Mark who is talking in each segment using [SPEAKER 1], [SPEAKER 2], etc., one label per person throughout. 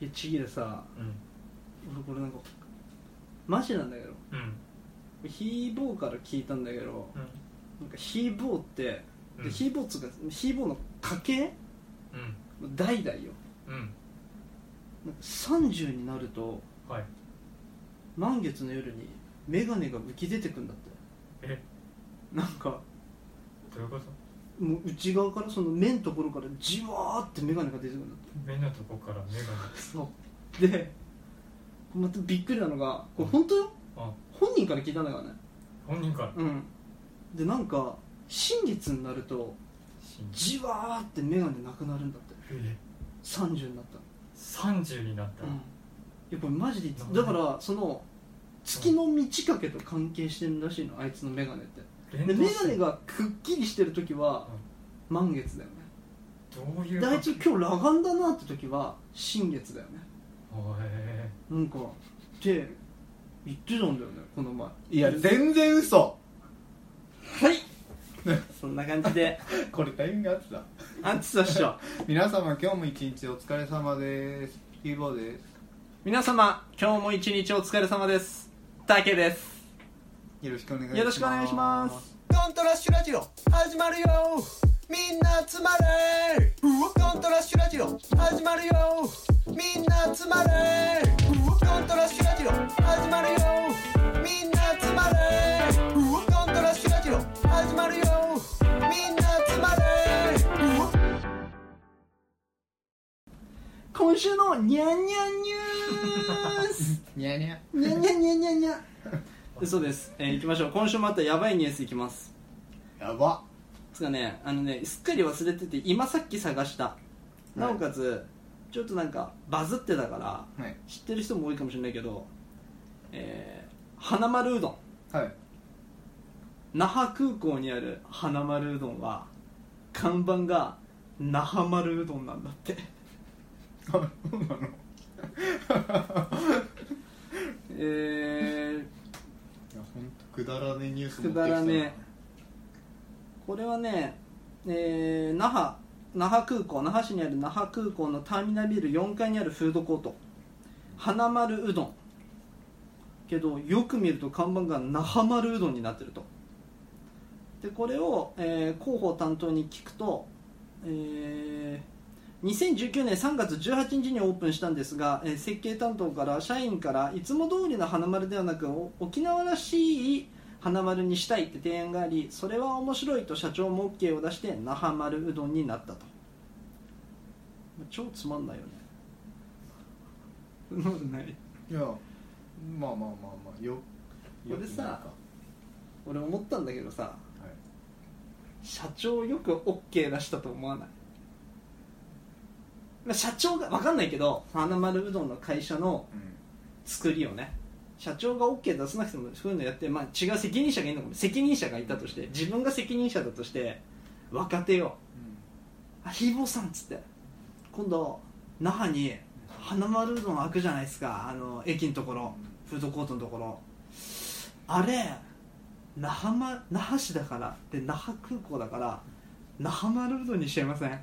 [SPEAKER 1] いやちぎれさ
[SPEAKER 2] うん
[SPEAKER 1] 俺これなんかマジなんだけど
[SPEAKER 2] うん
[SPEAKER 1] ヒーボーから聞いたんだけど
[SPEAKER 2] うん
[SPEAKER 1] なんかヒーボーって、
[SPEAKER 2] うん
[SPEAKER 1] でヒーボーっつうかヒーボーの家系
[SPEAKER 2] うん
[SPEAKER 1] 代々よ
[SPEAKER 2] うん
[SPEAKER 1] なんか30になると
[SPEAKER 2] はい
[SPEAKER 1] 満月の夜に眼鏡が浮き出てくんだって
[SPEAKER 2] え
[SPEAKER 1] なんか
[SPEAKER 2] どういうこと
[SPEAKER 1] もう内側からその目のところからじわーって眼鏡が出てくるんだって
[SPEAKER 2] 目のとこから目が
[SPEAKER 1] そうでまたびっくりなのがこれ本当よ
[SPEAKER 2] あ
[SPEAKER 1] 本人から聞いたんだからね
[SPEAKER 2] 本人から
[SPEAKER 1] うんでなんか新月になると
[SPEAKER 2] 信じ
[SPEAKER 1] じわーって眼鏡なくなるんだって
[SPEAKER 2] え
[SPEAKER 1] 30になった
[SPEAKER 2] 30になった
[SPEAKER 1] ら、う
[SPEAKER 2] ら
[SPEAKER 1] ん、いやこれマジで言って
[SPEAKER 2] な
[SPEAKER 1] だか
[SPEAKER 2] んで
[SPEAKER 1] らその月の満ち欠けと関係してるらしいのあいつの眼鏡ってで
[SPEAKER 2] 連動
[SPEAKER 1] 眼
[SPEAKER 2] して
[SPEAKER 1] 鏡
[SPEAKER 2] ど
[SPEAKER 1] がくっきりしてる時は満月だよね
[SPEAKER 2] ういう
[SPEAKER 1] であいつ
[SPEAKER 2] へ
[SPEAKER 1] 今日裸眼だなって時は新月だよね
[SPEAKER 2] え
[SPEAKER 1] なんかって言ってたんだよねこの前
[SPEAKER 3] いや全然嘘
[SPEAKER 1] はい そんな感じで
[SPEAKER 3] これタイミング合ってた
[SPEAKER 1] あんつさっしょ
[SPEAKER 3] 皆様今日も一日お疲れ様ですヒーボーです
[SPEAKER 1] 皆様今日も一日お疲れ様ですたけです
[SPEAKER 3] よろしくお願いします
[SPEAKER 1] よろしくお願いします
[SPEAKER 4] コントラッシュラジオ始まるよみんな集まれコントラッシュラジオ始まるよみんな集まれコントラッシュラジオ始まるよみんな集まれコントラッシュラジオ始まるよみんな集まれ
[SPEAKER 1] 今週のニャンニャンニュース
[SPEAKER 3] にゃにゃ
[SPEAKER 1] ニャンニャンニャンニャンニャン嘘です、えー、行きましょう今週もあったやばいニュースいきます
[SPEAKER 3] やば
[SPEAKER 1] つかねあのねすっかり忘れてて今さっき探した
[SPEAKER 3] い
[SPEAKER 1] なおかつ、ちょっとなんかバズってたから
[SPEAKER 3] はい
[SPEAKER 1] 知ってる人も多いかもしれないけどえー、花丸うどん
[SPEAKER 3] はい
[SPEAKER 1] 那覇空港にある花丸うどんは看板が那覇丸うどんなんだって
[SPEAKER 3] あそうなの
[SPEAKER 1] えー、
[SPEAKER 3] いや本当くだらねえニュー
[SPEAKER 1] く
[SPEAKER 3] ス持ってきた
[SPEAKER 1] だらねこれはね、えー那覇那覇空港那覇市にある那覇空港のターミナルビル4階にあるフードコート花丸うどんけどよく見ると看板が那覇丸うどんになってるとでこれを、えー広報担当に聞くと、えー2019年3月18日にオープンしたんですが、えー設計担当から社員からいつも通りの花丸ではなくお沖縄らしい花丸にしたいって提案がありそれは面白いと社長も OK を出して那覇丸うどんになったと超つまんないよねつまんない
[SPEAKER 3] いやまあまあまあまあよ
[SPEAKER 1] これさ
[SPEAKER 3] よ
[SPEAKER 1] 俺思ったんだけどさ
[SPEAKER 3] くないか
[SPEAKER 1] 社長よく OK 出したと思わないまあ社長が分かんないけど花丸うどんの会社の
[SPEAKER 3] はい
[SPEAKER 1] 作りをね社長が OK 出さなくてもそういうのやって、まあ、違う責任者がいるのかも責任者がいたとして自分が責任者だとして若手よ
[SPEAKER 3] う
[SPEAKER 1] あひーぼーさんっつって今度那覇に花丸うどん開くじゃないですかあの駅のところフードコートのところあれ那覇,、ま、那覇市だからで那覇空港だから那覇丸うどんにしちゃいません
[SPEAKER 3] んも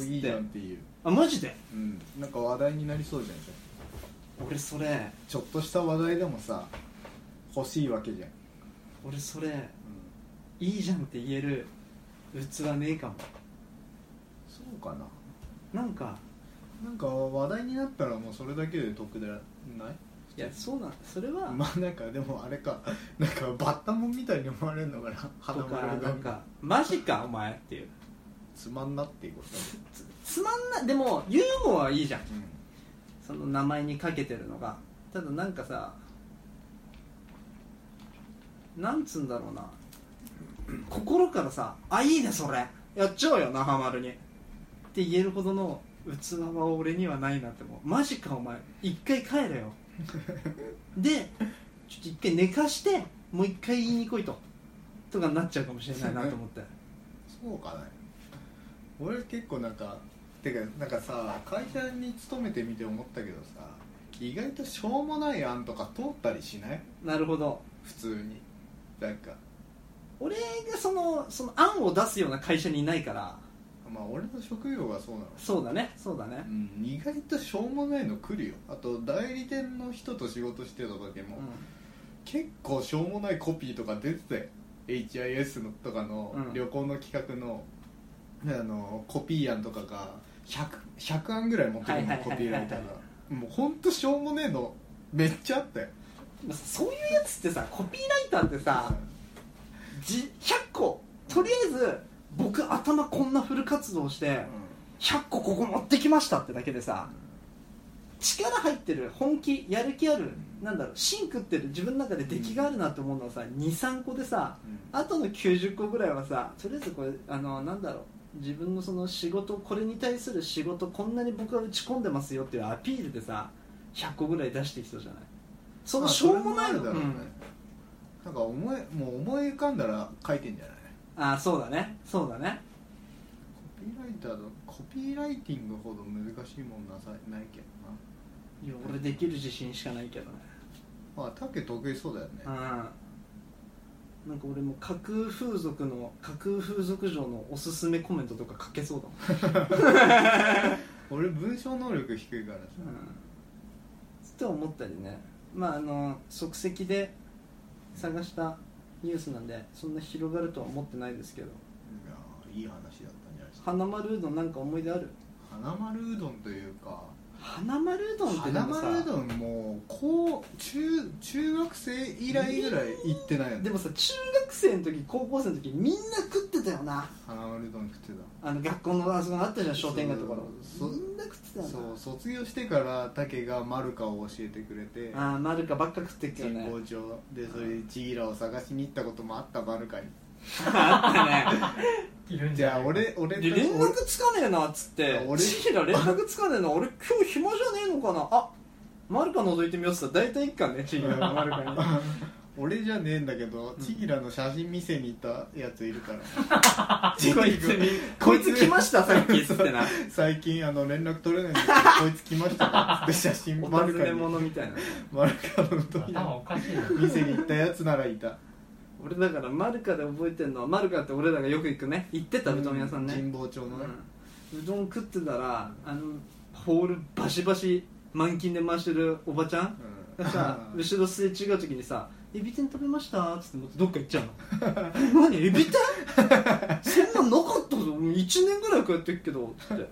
[SPEAKER 3] ういいじゃんっていう
[SPEAKER 1] あマジで
[SPEAKER 3] うんなんか話題になりそうじゃん
[SPEAKER 1] 俺それ
[SPEAKER 3] ちょっとした話題でもさ欲しいわけじゃん、
[SPEAKER 1] 俺それいいじゃんって言える器ねえかも
[SPEAKER 3] そうかな
[SPEAKER 1] なんか
[SPEAKER 3] なんか話題になったらもうそれだけで得でない
[SPEAKER 1] いやそうなんそれは、
[SPEAKER 3] まあなんかでもあれかなんかバッタモンみたいに思われるのかな
[SPEAKER 1] と
[SPEAKER 3] 花
[SPEAKER 1] か
[SPEAKER 3] 丸
[SPEAKER 1] な
[SPEAKER 3] が
[SPEAKER 1] んかマジかお前っていう
[SPEAKER 3] つまんなっていうこと
[SPEAKER 1] つつまんないでもユーモアはいいじゃん
[SPEAKER 3] うん
[SPEAKER 1] その名前にかけてるのがただなんかさなんつうんだろうな心からさ「あいいねそれやっちゃおうよ那覇丸に」って言えるほどの器は俺にはないなって思うマジかお前一回帰れよでちょっと一回寝かしてもう一回言いに来いととかになっちゃうかもしれないなと思って
[SPEAKER 3] そうかな俺結構なんかてかなんかさ会社に勤めてみて思ったけどさ意外としょうもない案とか通ったりしない
[SPEAKER 1] なるほど
[SPEAKER 3] 普通になんか
[SPEAKER 1] 俺がそのその案を出すような会社にいないから
[SPEAKER 3] まあ俺の職業がそうなの
[SPEAKER 1] そうだねそうだね
[SPEAKER 3] うん意外としょうもないの来るよあと代理店の人と仕事してた
[SPEAKER 1] う
[SPEAKER 3] 時も、
[SPEAKER 1] ん
[SPEAKER 3] 結構しょうもないコピーとか出てたよ HIS のとかの
[SPEAKER 1] うん
[SPEAKER 3] 旅行の企画の,、あのコピー案とかが 100, 100案ぐらい持ってくる
[SPEAKER 1] は
[SPEAKER 3] の
[SPEAKER 1] いはい
[SPEAKER 3] コ
[SPEAKER 1] はいはい
[SPEAKER 3] ピーライターがもうほんとしょうもねえのめっちゃあったよ
[SPEAKER 1] まあそういうやつってさコピーライターってさじ100個とりあえず僕頭こんなフル活動して100個ここ持ってきましたってだけでさ力入ってる本気やる気あるなんだろう芯食ってる自分の中で出来があるなって思うのはさ23個でさ
[SPEAKER 3] うん
[SPEAKER 1] あとの90個ぐらいはさとりあえずこれあのなんだろう自分のその仕事これに対する仕事こんなに僕は打ち込んでますよっていうアピールでさ100個ぐらい出してきそうじゃないその
[SPEAKER 3] まあ
[SPEAKER 1] しょうもない
[SPEAKER 3] そ
[SPEAKER 1] の
[SPEAKER 3] れあるだろうね
[SPEAKER 1] うん
[SPEAKER 3] なんか思いもう思い浮かんだら書いてんじゃない
[SPEAKER 1] ああそうだねそうだね
[SPEAKER 3] コピーライターのコピーライティングほど難しいもんなさないけどない
[SPEAKER 1] や俺できる自信しかないけどね
[SPEAKER 3] まあタケ得意そうだよね
[SPEAKER 1] うんなんか俺も架空風俗の架空風俗嬢のおすすめコメントとか書けそうだも
[SPEAKER 3] 俺文章能力低いからさ、
[SPEAKER 1] ん、うん、と思ったりねまああの即席で探したニュースなんでそんな広がるとは思ってないですけど
[SPEAKER 3] いやーいい話だったんじゃないですか
[SPEAKER 1] 花丸うどんなんか思い出ある
[SPEAKER 3] 花丸うどんというか
[SPEAKER 1] 花丸うどんってな
[SPEAKER 3] 花
[SPEAKER 1] んか
[SPEAKER 3] 丸う
[SPEAKER 1] さ
[SPEAKER 3] どんもう高中中学生以来ぐらい行ってないよ
[SPEAKER 1] で
[SPEAKER 3] ね
[SPEAKER 1] もさ中学生の時高校生の時みんな食ってたよな
[SPEAKER 3] 花丸うどん食って
[SPEAKER 1] あの学校のあそこのあったじゃん商店街のところ
[SPEAKER 3] そう
[SPEAKER 1] みんな食ってた
[SPEAKER 3] た
[SPEAKER 1] よな
[SPEAKER 3] そう卒業してからタケがマルカを教えてくれて
[SPEAKER 1] ああマルカばっか食ってっけど
[SPEAKER 3] 神
[SPEAKER 1] ね
[SPEAKER 3] 保町でそれでちぎらを探しに行ったこともあったマルカに
[SPEAKER 1] あっ
[SPEAKER 2] いるん
[SPEAKER 3] じ
[SPEAKER 2] じゃ
[SPEAKER 3] ゃあ
[SPEAKER 2] ない
[SPEAKER 3] 俺俺
[SPEAKER 1] た
[SPEAKER 3] と
[SPEAKER 1] ねで連絡つかねえなっつって
[SPEAKER 3] 俺
[SPEAKER 1] ちひら連絡つかねえな俺今日暇じゃねえのかなあマルカ覗いてみようっつったら大体一巻ねち ひらのマルカに
[SPEAKER 3] 俺じゃねえんだけど
[SPEAKER 1] うん
[SPEAKER 3] ちぎらの写真見せに行ったやついるから
[SPEAKER 1] こいつにこいつ来ましたさっきっつってな
[SPEAKER 3] 最近あの連絡取れないんです けどこいつ来ましたかって写真
[SPEAKER 1] お
[SPEAKER 3] マ
[SPEAKER 1] 尋
[SPEAKER 3] ルカ
[SPEAKER 1] ね
[SPEAKER 3] に
[SPEAKER 1] 者みたいな
[SPEAKER 3] マルカのうどん
[SPEAKER 2] 頭
[SPEAKER 3] 屋
[SPEAKER 2] おかしいな
[SPEAKER 3] 店に行ったやつならいた
[SPEAKER 1] 俺だからマルカで覚えてんのはマルカって俺らがよく行くね行ってたうどん屋さんね、
[SPEAKER 3] 神保町のね、
[SPEAKER 1] うんうどん食ってたらあのホールバシバシ満勤で回してるおばちゃん
[SPEAKER 3] うん
[SPEAKER 1] がさ
[SPEAKER 3] うん
[SPEAKER 1] 後ろすれ違う時にさ「エビ天食べました」っつって持ってどっか行っちゃうの 何エビ天そんなんなかったぞ1年ぐらいこうやってるけどつって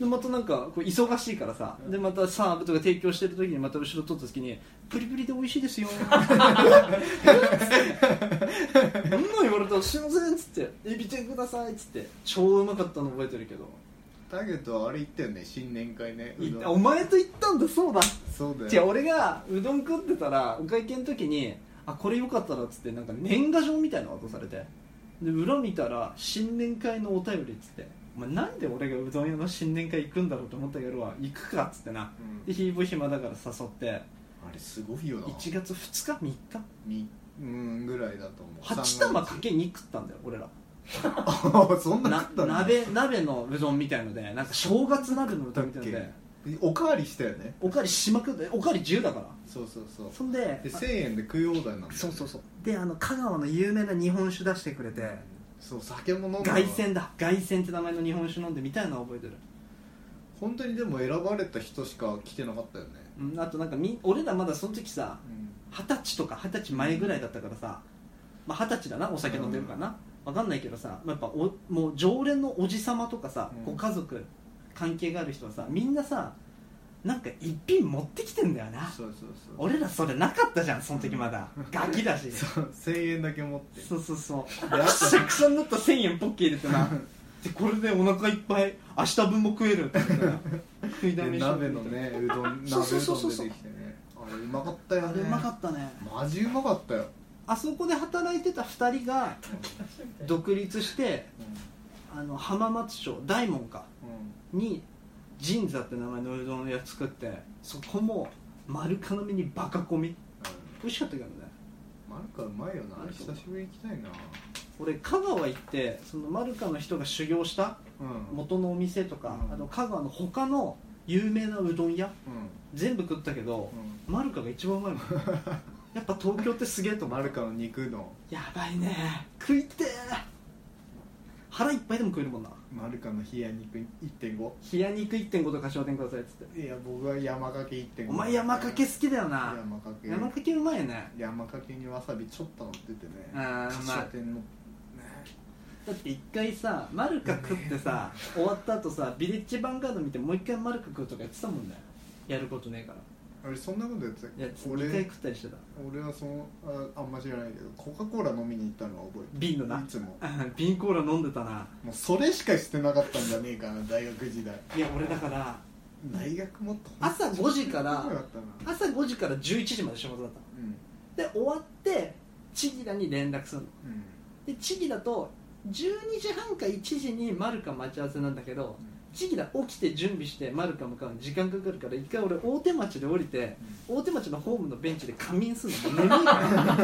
[SPEAKER 1] でまたなんかこう忙しいからさでまたサーブとか提供してる時にまた後ろ取った時に「プリプリで美味しいですよ」そんなん言われたら「すいません」っつって「エビ天ください」っつって超うまかったの覚えてるけど
[SPEAKER 3] ターゲットはあれ行ったよね新年会ねう
[SPEAKER 1] い
[SPEAKER 3] どん
[SPEAKER 1] お前と行ったんだそうだ
[SPEAKER 3] そうだ
[SPEAKER 1] 違う
[SPEAKER 3] よ
[SPEAKER 1] 俺がうどん食ってたらお会計の時に「あこれよかったら」っつってなんか年賀状みたいなの渡されてで裏見たら「新年会のお便り」っつって「お前なんで俺がうどん屋の新年会行くんだろう」と思ったけど「行くか」っつってな
[SPEAKER 3] うん
[SPEAKER 1] でひいぼ暇だから誘って
[SPEAKER 3] あれすごいよな
[SPEAKER 1] 1月2日3日
[SPEAKER 3] みうんぐらいだと思う
[SPEAKER 1] 8玉か
[SPEAKER 3] 三
[SPEAKER 1] け肉食ったんだよ俺ら
[SPEAKER 3] 月そんな
[SPEAKER 1] な
[SPEAKER 3] 食ったの
[SPEAKER 1] 鍋鍋のうどんみたいのでなんか正月鍋のうどんみたいので
[SPEAKER 3] おかわりしたよね
[SPEAKER 1] おかわりしまくっておかわり自由だから
[SPEAKER 3] そうそうそう
[SPEAKER 1] そんで
[SPEAKER 3] で1000円で食い放題なんだよね
[SPEAKER 1] そうそうそうであの香川の有名な日本酒出してくれて
[SPEAKER 3] そう酒も飲んだわ
[SPEAKER 1] 凱旋だ凱旋って名前の日本酒飲んでみたいなのは覚えてる、
[SPEAKER 3] 本当にでも選ばれた人しか来てなかったよね
[SPEAKER 1] うん、あとなんかみ俺らまだその時さ
[SPEAKER 3] うん
[SPEAKER 1] 二十歳とか二十歳前ぐらいだったからさまあ二十、歳だなお酒飲んでるかな、わかんないけどさまあやっぱおもう常連のおじさまとかさ、
[SPEAKER 3] うん
[SPEAKER 1] ご家族関係がある人はさみんなさなんか一品持ってきてんだよな
[SPEAKER 3] そうそうそう
[SPEAKER 1] 俺らそれなかったじゃんその時まだ、ガキだし
[SPEAKER 3] そう1000円だけ持って
[SPEAKER 1] そうそうそう
[SPEAKER 3] であと
[SPEAKER 1] くしゃくしゃになった1000円ポッケ入れてな でこれでお腹いっぱい明日分も食えるって言ってな食いだめ
[SPEAKER 3] で
[SPEAKER 1] しよう
[SPEAKER 3] 鍋のねうどん鍋う ど
[SPEAKER 1] そうんそうそうそう
[SPEAKER 3] 出てきてねあれうまかったよ
[SPEAKER 1] あ
[SPEAKER 3] ね
[SPEAKER 1] れうまかったね
[SPEAKER 3] マジうまかったよ、
[SPEAKER 1] あそこで働いてた2人が独立してあの浜松町大門か
[SPEAKER 3] う
[SPEAKER 1] に神座って名前のうどん屋作ってそこも丸かのみにバカ込み美味しかったけどね
[SPEAKER 3] ん、マルカうまいよ
[SPEAKER 1] マ
[SPEAKER 3] な
[SPEAKER 1] ルカ
[SPEAKER 3] 久しぶりに行きたいな
[SPEAKER 1] 俺香川行ってその丸かの人が修行した
[SPEAKER 3] うん
[SPEAKER 1] 元のお店とか、
[SPEAKER 3] うん
[SPEAKER 1] あの香川の他の有名なうどん屋
[SPEAKER 3] う
[SPEAKER 1] 全部食ったけど、
[SPEAKER 3] ん
[SPEAKER 1] マルカが一番うまいもんやっぱ東京ってすげえと
[SPEAKER 3] うん
[SPEAKER 1] 思う
[SPEAKER 3] マルカの肉の
[SPEAKER 1] やばいね食いてえ腹いっぱいでも食えるもんな
[SPEAKER 3] マルカの冷や肉1.5
[SPEAKER 1] 冷や肉1.5とか焦点くださいっつって
[SPEAKER 3] いや僕は山かけ1.5
[SPEAKER 1] お前山かけ好きだよな
[SPEAKER 3] 山かけ
[SPEAKER 1] 山かけうまいよね
[SPEAKER 3] 山かけにわさびちょっと乗っててね
[SPEAKER 1] あーうまい
[SPEAKER 3] カシオ天のね
[SPEAKER 1] だって一回さマルカ食ってさ終わった後さビレッジヴァンガード見てもう一回マルカ食うとかやってたもんねやることねえから
[SPEAKER 3] あれそんなことやってたっ
[SPEAKER 1] いや
[SPEAKER 3] け
[SPEAKER 1] 2回食ったりしてた
[SPEAKER 3] 俺はそのああんま知らないけどコカ・コーラ飲みに行ったのは覚えてる
[SPEAKER 1] 瓶のない
[SPEAKER 3] つも
[SPEAKER 1] あ瓶コーラ飲んでたな
[SPEAKER 3] もうそれしかしてなかったんじゃねえかな大学時代
[SPEAKER 1] いや俺だから
[SPEAKER 3] 大学もっと
[SPEAKER 1] 朝5時から
[SPEAKER 3] すごいったな
[SPEAKER 1] 朝5時から11時まで仕事だったの
[SPEAKER 3] うん
[SPEAKER 1] で終わってチギラに連絡するの
[SPEAKER 3] う
[SPEAKER 1] で
[SPEAKER 3] ん
[SPEAKER 1] チギラと12時半か1時にマルカ待ち合わせなんだけど
[SPEAKER 3] うん
[SPEAKER 1] チギラ起きて準備してマルカ向かうの時間かかるから一回俺大手町で降りて大手町のホームのベンチで仮眠するのもう眠いから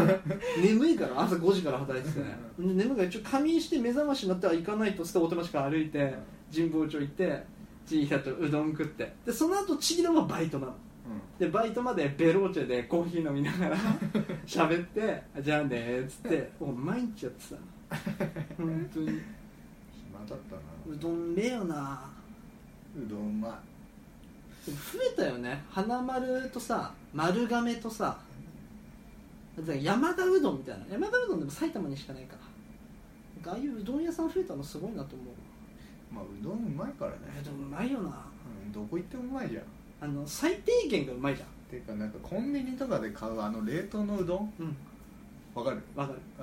[SPEAKER 1] 眠いから朝5時から働いててねで眠いから一応仮眠して目覚ましになっては行かないとっつって大手町から歩いて神保町行ってチギラとうどん食ってでその後チギラはバイトなのでバイトまでベローチェでコーヒー飲みな がら喋って「じゃあね」っつってもう毎日やってたの本当にう
[SPEAKER 3] 暇だったな
[SPEAKER 1] どんれよな
[SPEAKER 3] うどんうまい
[SPEAKER 1] 増えたよね花丸とさ丸亀とさだから山田うどんみたいな山田うどんでも埼玉にしかないからああいううどん屋さん増えたのすごいなと思う
[SPEAKER 3] まあうどんうまいからね
[SPEAKER 1] うどんうまいよな
[SPEAKER 3] うんどこ行ってもうまいじゃん
[SPEAKER 1] あの最低限がうまいじゃん
[SPEAKER 3] ていうかなんかコンビニとかで買うあの冷凍のうどん
[SPEAKER 1] うん
[SPEAKER 3] わかる
[SPEAKER 1] わかる
[SPEAKER 3] あ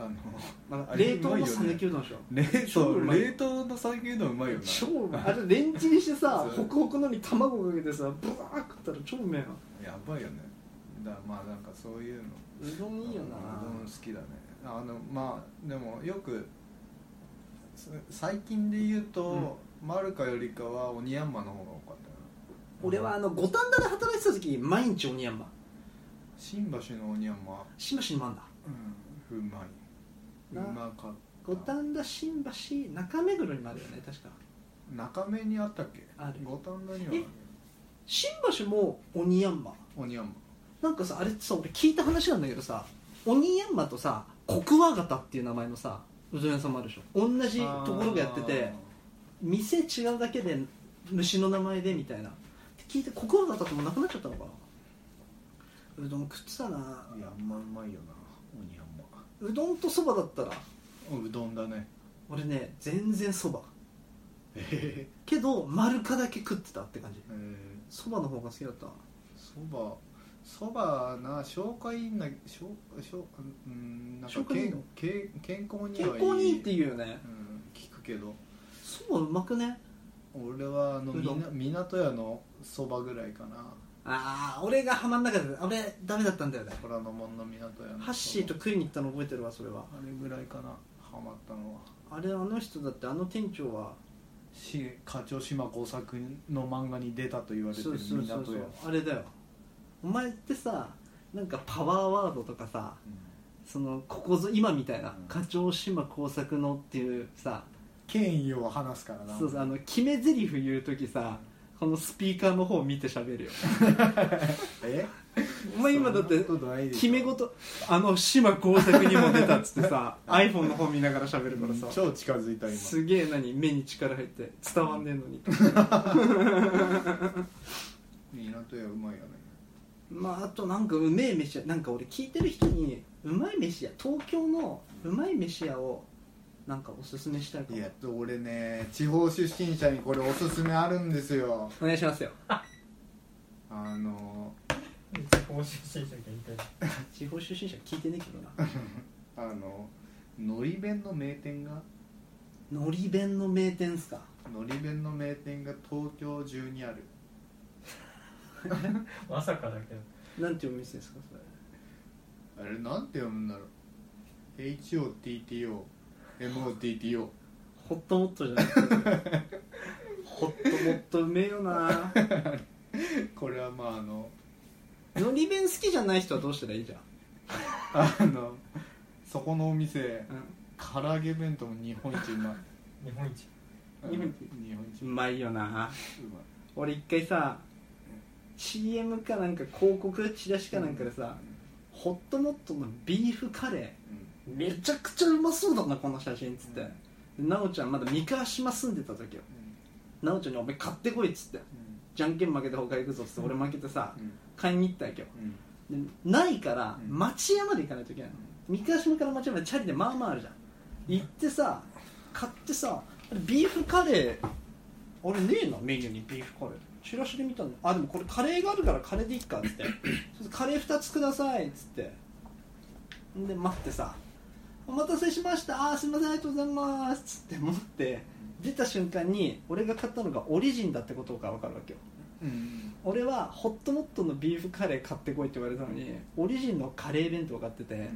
[SPEAKER 3] の
[SPEAKER 1] わか
[SPEAKER 3] あ
[SPEAKER 1] る
[SPEAKER 3] れ
[SPEAKER 1] 冷凍
[SPEAKER 3] う
[SPEAKER 1] の
[SPEAKER 3] まいよね
[SPEAKER 1] 讃岐うどんでしょ
[SPEAKER 3] 冷
[SPEAKER 1] 超う
[SPEAKER 3] 凍
[SPEAKER 1] まい
[SPEAKER 3] 冷凍の最近うどんうまいよな
[SPEAKER 1] 超うまいあれレンチンしてさ
[SPEAKER 3] そ
[SPEAKER 1] ホ
[SPEAKER 3] う
[SPEAKER 1] クホクのに卵かけてさブワー食ったら超うめえよ
[SPEAKER 3] やばいよねだからまあなんかそういうの
[SPEAKER 1] うどんいいよな
[SPEAKER 3] うどん好きだねあのまあでもよくす最近で言うと、マルカよりかはオニヤンマの方が多かったな
[SPEAKER 1] 俺はあの五反田で働いてた時毎日鬼山
[SPEAKER 3] 新橋のオニヤンマ
[SPEAKER 1] 新橋にもあんだ
[SPEAKER 3] うんうまいう
[SPEAKER 1] な
[SPEAKER 3] まかった
[SPEAKER 1] 五反田新橋中目黒にもあるよね確か
[SPEAKER 3] 中目にあったっけ
[SPEAKER 1] ある
[SPEAKER 3] 五反田には
[SPEAKER 1] え新橋も鬼山
[SPEAKER 3] オニヤンマ
[SPEAKER 1] なんかさあれってさ俺聞いた話なんだけどさ鬼山とさコクワガタっていう名前のさうどん屋さんもあるでしょ同じところがやってて店違うだけで虫の名前でみたいなって聞いてコクワガタともなくなっちゃったのかなうどん食ってたな
[SPEAKER 3] あーいやあんまうまいよなオニヤンマ
[SPEAKER 1] うどんとそばだったら
[SPEAKER 3] うどんだね
[SPEAKER 1] 俺ね全然そば
[SPEAKER 3] へへ
[SPEAKER 1] けど丸かだけ食ってたって感じ
[SPEAKER 3] へえ
[SPEAKER 1] そばの方が好きだったな
[SPEAKER 3] そばそばな消化いいんだしょうしょううんなんか
[SPEAKER 1] 消化いい
[SPEAKER 3] け
[SPEAKER 1] の
[SPEAKER 3] んけん健康に
[SPEAKER 1] 健
[SPEAKER 3] はいい
[SPEAKER 1] 康にいいって言うよね
[SPEAKER 3] うん、聞くけど
[SPEAKER 1] そばうまくね
[SPEAKER 3] 俺はあの
[SPEAKER 1] うどん
[SPEAKER 3] みな港屋のそばぐらいかな
[SPEAKER 1] ああ俺がハマん中で俺ダメだったんだよね
[SPEAKER 3] 虎ノ門の港屋のそば
[SPEAKER 1] ハッシーと食いに行ったの覚えてるわそれは
[SPEAKER 3] あれぐらいかなハマったのは
[SPEAKER 1] あれあの人だってあの店長は
[SPEAKER 3] し課長島耕作の漫画に出たと言われてる
[SPEAKER 1] そう
[SPEAKER 3] 港屋
[SPEAKER 1] そうそうそうあれだよお前ってさなんかパワーワードとかさ
[SPEAKER 3] うん
[SPEAKER 1] そのここぞ今みたいな、
[SPEAKER 3] うん
[SPEAKER 1] 課長島耕作のっていうさ
[SPEAKER 3] 権威を話すからな
[SPEAKER 1] そうそうあの決め台詞言う時さこのスピーカーの方見て喋 るよ
[SPEAKER 3] え
[SPEAKER 1] お前今だって
[SPEAKER 3] そんなことないでしょ
[SPEAKER 1] 決め事あの島耕作にも出たっつって さ iPhone の方見ながら喋るからさ、
[SPEAKER 3] 超近づいた今
[SPEAKER 1] すげえ何目に力入って伝わんねえのに
[SPEAKER 3] 港屋うまいよね
[SPEAKER 1] まああとなんかうめえ飯屋なんか俺聞いてる人にうまい飯屋東京のうまい飯屋をなんかおすすめしたいか
[SPEAKER 3] い
[SPEAKER 1] も
[SPEAKER 3] や俺ね地方出身者にこれおすすめあるんですよ
[SPEAKER 1] お願いしますよ
[SPEAKER 3] あの
[SPEAKER 2] 報酬申請限定
[SPEAKER 1] 地方出身者聞いてねえけどな
[SPEAKER 3] あののり弁の名店が
[SPEAKER 1] のり弁の名店っすか
[SPEAKER 3] のり弁の名店が東京中にある
[SPEAKER 2] まさかだけど
[SPEAKER 1] なんていうお店ですかそれ
[SPEAKER 3] あれなんて読むんだろう HOTTOMOTTO
[SPEAKER 1] ホットモットじゃなくてホットモットうめえよな
[SPEAKER 3] これはまああの
[SPEAKER 1] のり弁好きじゃない人はどうしたらいいじゃん、
[SPEAKER 3] あのそこのお店唐揚げ弁当も日本一うまい
[SPEAKER 2] 日本一
[SPEAKER 1] 日本一
[SPEAKER 3] 日本一
[SPEAKER 1] う
[SPEAKER 3] う
[SPEAKER 1] まいよな
[SPEAKER 3] まい
[SPEAKER 1] 俺一回さ CM かなんか広告チラシかなんかでさ、ホットモットのビーフカレ
[SPEAKER 3] うん
[SPEAKER 1] ーめちゃくちゃうまそうだなこの写真っつって、
[SPEAKER 3] うん
[SPEAKER 1] 奈緒ちゃんまだ三ヶ島住んでた時よ奈緒ちゃんに「お前買ってこい」っつってじゃんけん負けて他行くぞっつって俺負けてさ買いに行ったわけよでないから
[SPEAKER 3] うん
[SPEAKER 1] 町屋まで行かないといけないの三ヶ島から町屋までチャリでまあまああるじゃん行ってさ買ってさビーフカレーあれねえなメニューにビーフカレーチラシで見たのあでもこれカレーがあるからカレーでいっかっ つってそうカレー2つくださいっつってで待ってさ「お待たせしましたあーすいませんありがとうございます」っつって持って出た瞬間に俺が買ったのがオリジンだってことが分かるわけよ俺はホットモットのビーフカレー買ってこいって言われたのにオリジンのカレー弁当買ってて、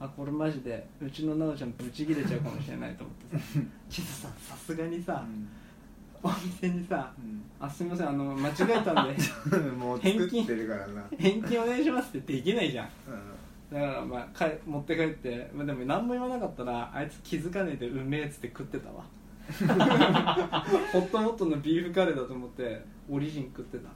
[SPEAKER 1] あこれマジでうちの奈緒ちゃんブチギレちゃうかもしれないと思ってさちょっとささすがにさ、お店にさ「あすいませんあの間違えたんで
[SPEAKER 3] もう作ってるからな
[SPEAKER 1] 返金お願いします」ってできないじゃん
[SPEAKER 3] う
[SPEAKER 1] だからまあかえ持って帰って、まあ、でも何も言わなかったらあいつ気づかねえでうめえっつって食ってたわ ホットモットのビーフカレーだと思ってオリジン食ってた
[SPEAKER 3] ん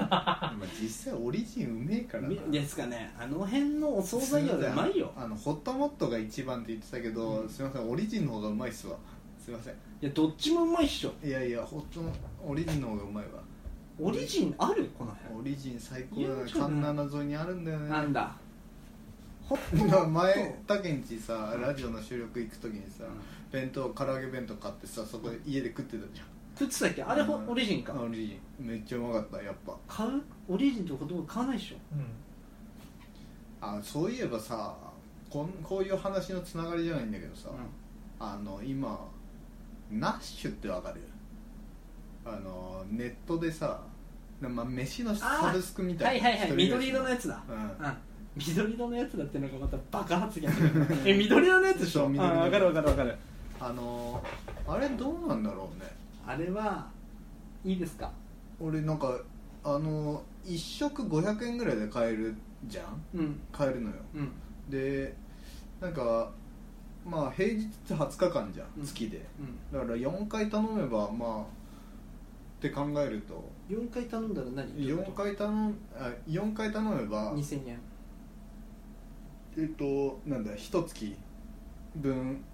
[SPEAKER 3] まあ実際オリジンうめえからな
[SPEAKER 1] ですかねあの辺のお惣菜屋うまいよ
[SPEAKER 3] あのホットモットが一番って言ってたけど、すいませんオリジンの方がうまいっすわすいません
[SPEAKER 1] いやどっちもうまいっしょ
[SPEAKER 3] いやいやホットモオリジンの方がうまいわ
[SPEAKER 1] オリジンあるこの
[SPEAKER 3] オリジン最高だ
[SPEAKER 1] いや
[SPEAKER 3] ね
[SPEAKER 1] ちょっとね
[SPEAKER 3] 環七沿いにあるんだよね
[SPEAKER 1] 辺なんだホットモ
[SPEAKER 3] だから
[SPEAKER 1] ッ
[SPEAKER 3] 前たけんちさ
[SPEAKER 1] うん
[SPEAKER 3] ラジオの収録行く時にさ、
[SPEAKER 1] うん
[SPEAKER 3] 弁当唐揚げ弁当買ってさそこで家で食ってたじゃん
[SPEAKER 1] ト食ってたっけあれほ
[SPEAKER 3] うん
[SPEAKER 1] オリジンか
[SPEAKER 3] あオリジンめっちゃうまかったやっぱ
[SPEAKER 1] 買うオリジンとかどう買わないっしょ
[SPEAKER 2] うん
[SPEAKER 3] あそういえばさこんこういう話のつながりじゃないんだけどさ、
[SPEAKER 1] う
[SPEAKER 3] あの今ナッシュってわかるあのネットでさ、まあ、飯の
[SPEAKER 1] あー
[SPEAKER 3] サブスクみ
[SPEAKER 1] ん
[SPEAKER 3] た
[SPEAKER 1] はいい
[SPEAKER 3] な
[SPEAKER 1] はいはい
[SPEAKER 3] 一人暮ら
[SPEAKER 1] 緑
[SPEAKER 3] し
[SPEAKER 1] 色のやつだ
[SPEAKER 3] うん
[SPEAKER 1] うん緑色のやつだってのがまたバカ発言 え緑色のやつでし
[SPEAKER 3] そ
[SPEAKER 1] ょう
[SPEAKER 3] う
[SPEAKER 1] ん
[SPEAKER 3] 緑色の
[SPEAKER 1] わかるわかるわかる
[SPEAKER 3] あのあれどうなんだろうね
[SPEAKER 1] あれはいいですか
[SPEAKER 3] 俺なんかあの1食500円ぐらいで買えるじゃん
[SPEAKER 1] うん
[SPEAKER 3] 買えるのよ
[SPEAKER 1] うん
[SPEAKER 3] でなんかまあ平日って20日間じゃ
[SPEAKER 1] うん
[SPEAKER 3] ん月で、
[SPEAKER 1] うん
[SPEAKER 3] だから4回頼めばまあって考えると
[SPEAKER 1] 4回頼んだら何
[SPEAKER 3] 4回頼むあ4回頼めば
[SPEAKER 1] 2000円
[SPEAKER 3] えっとなんだ一月分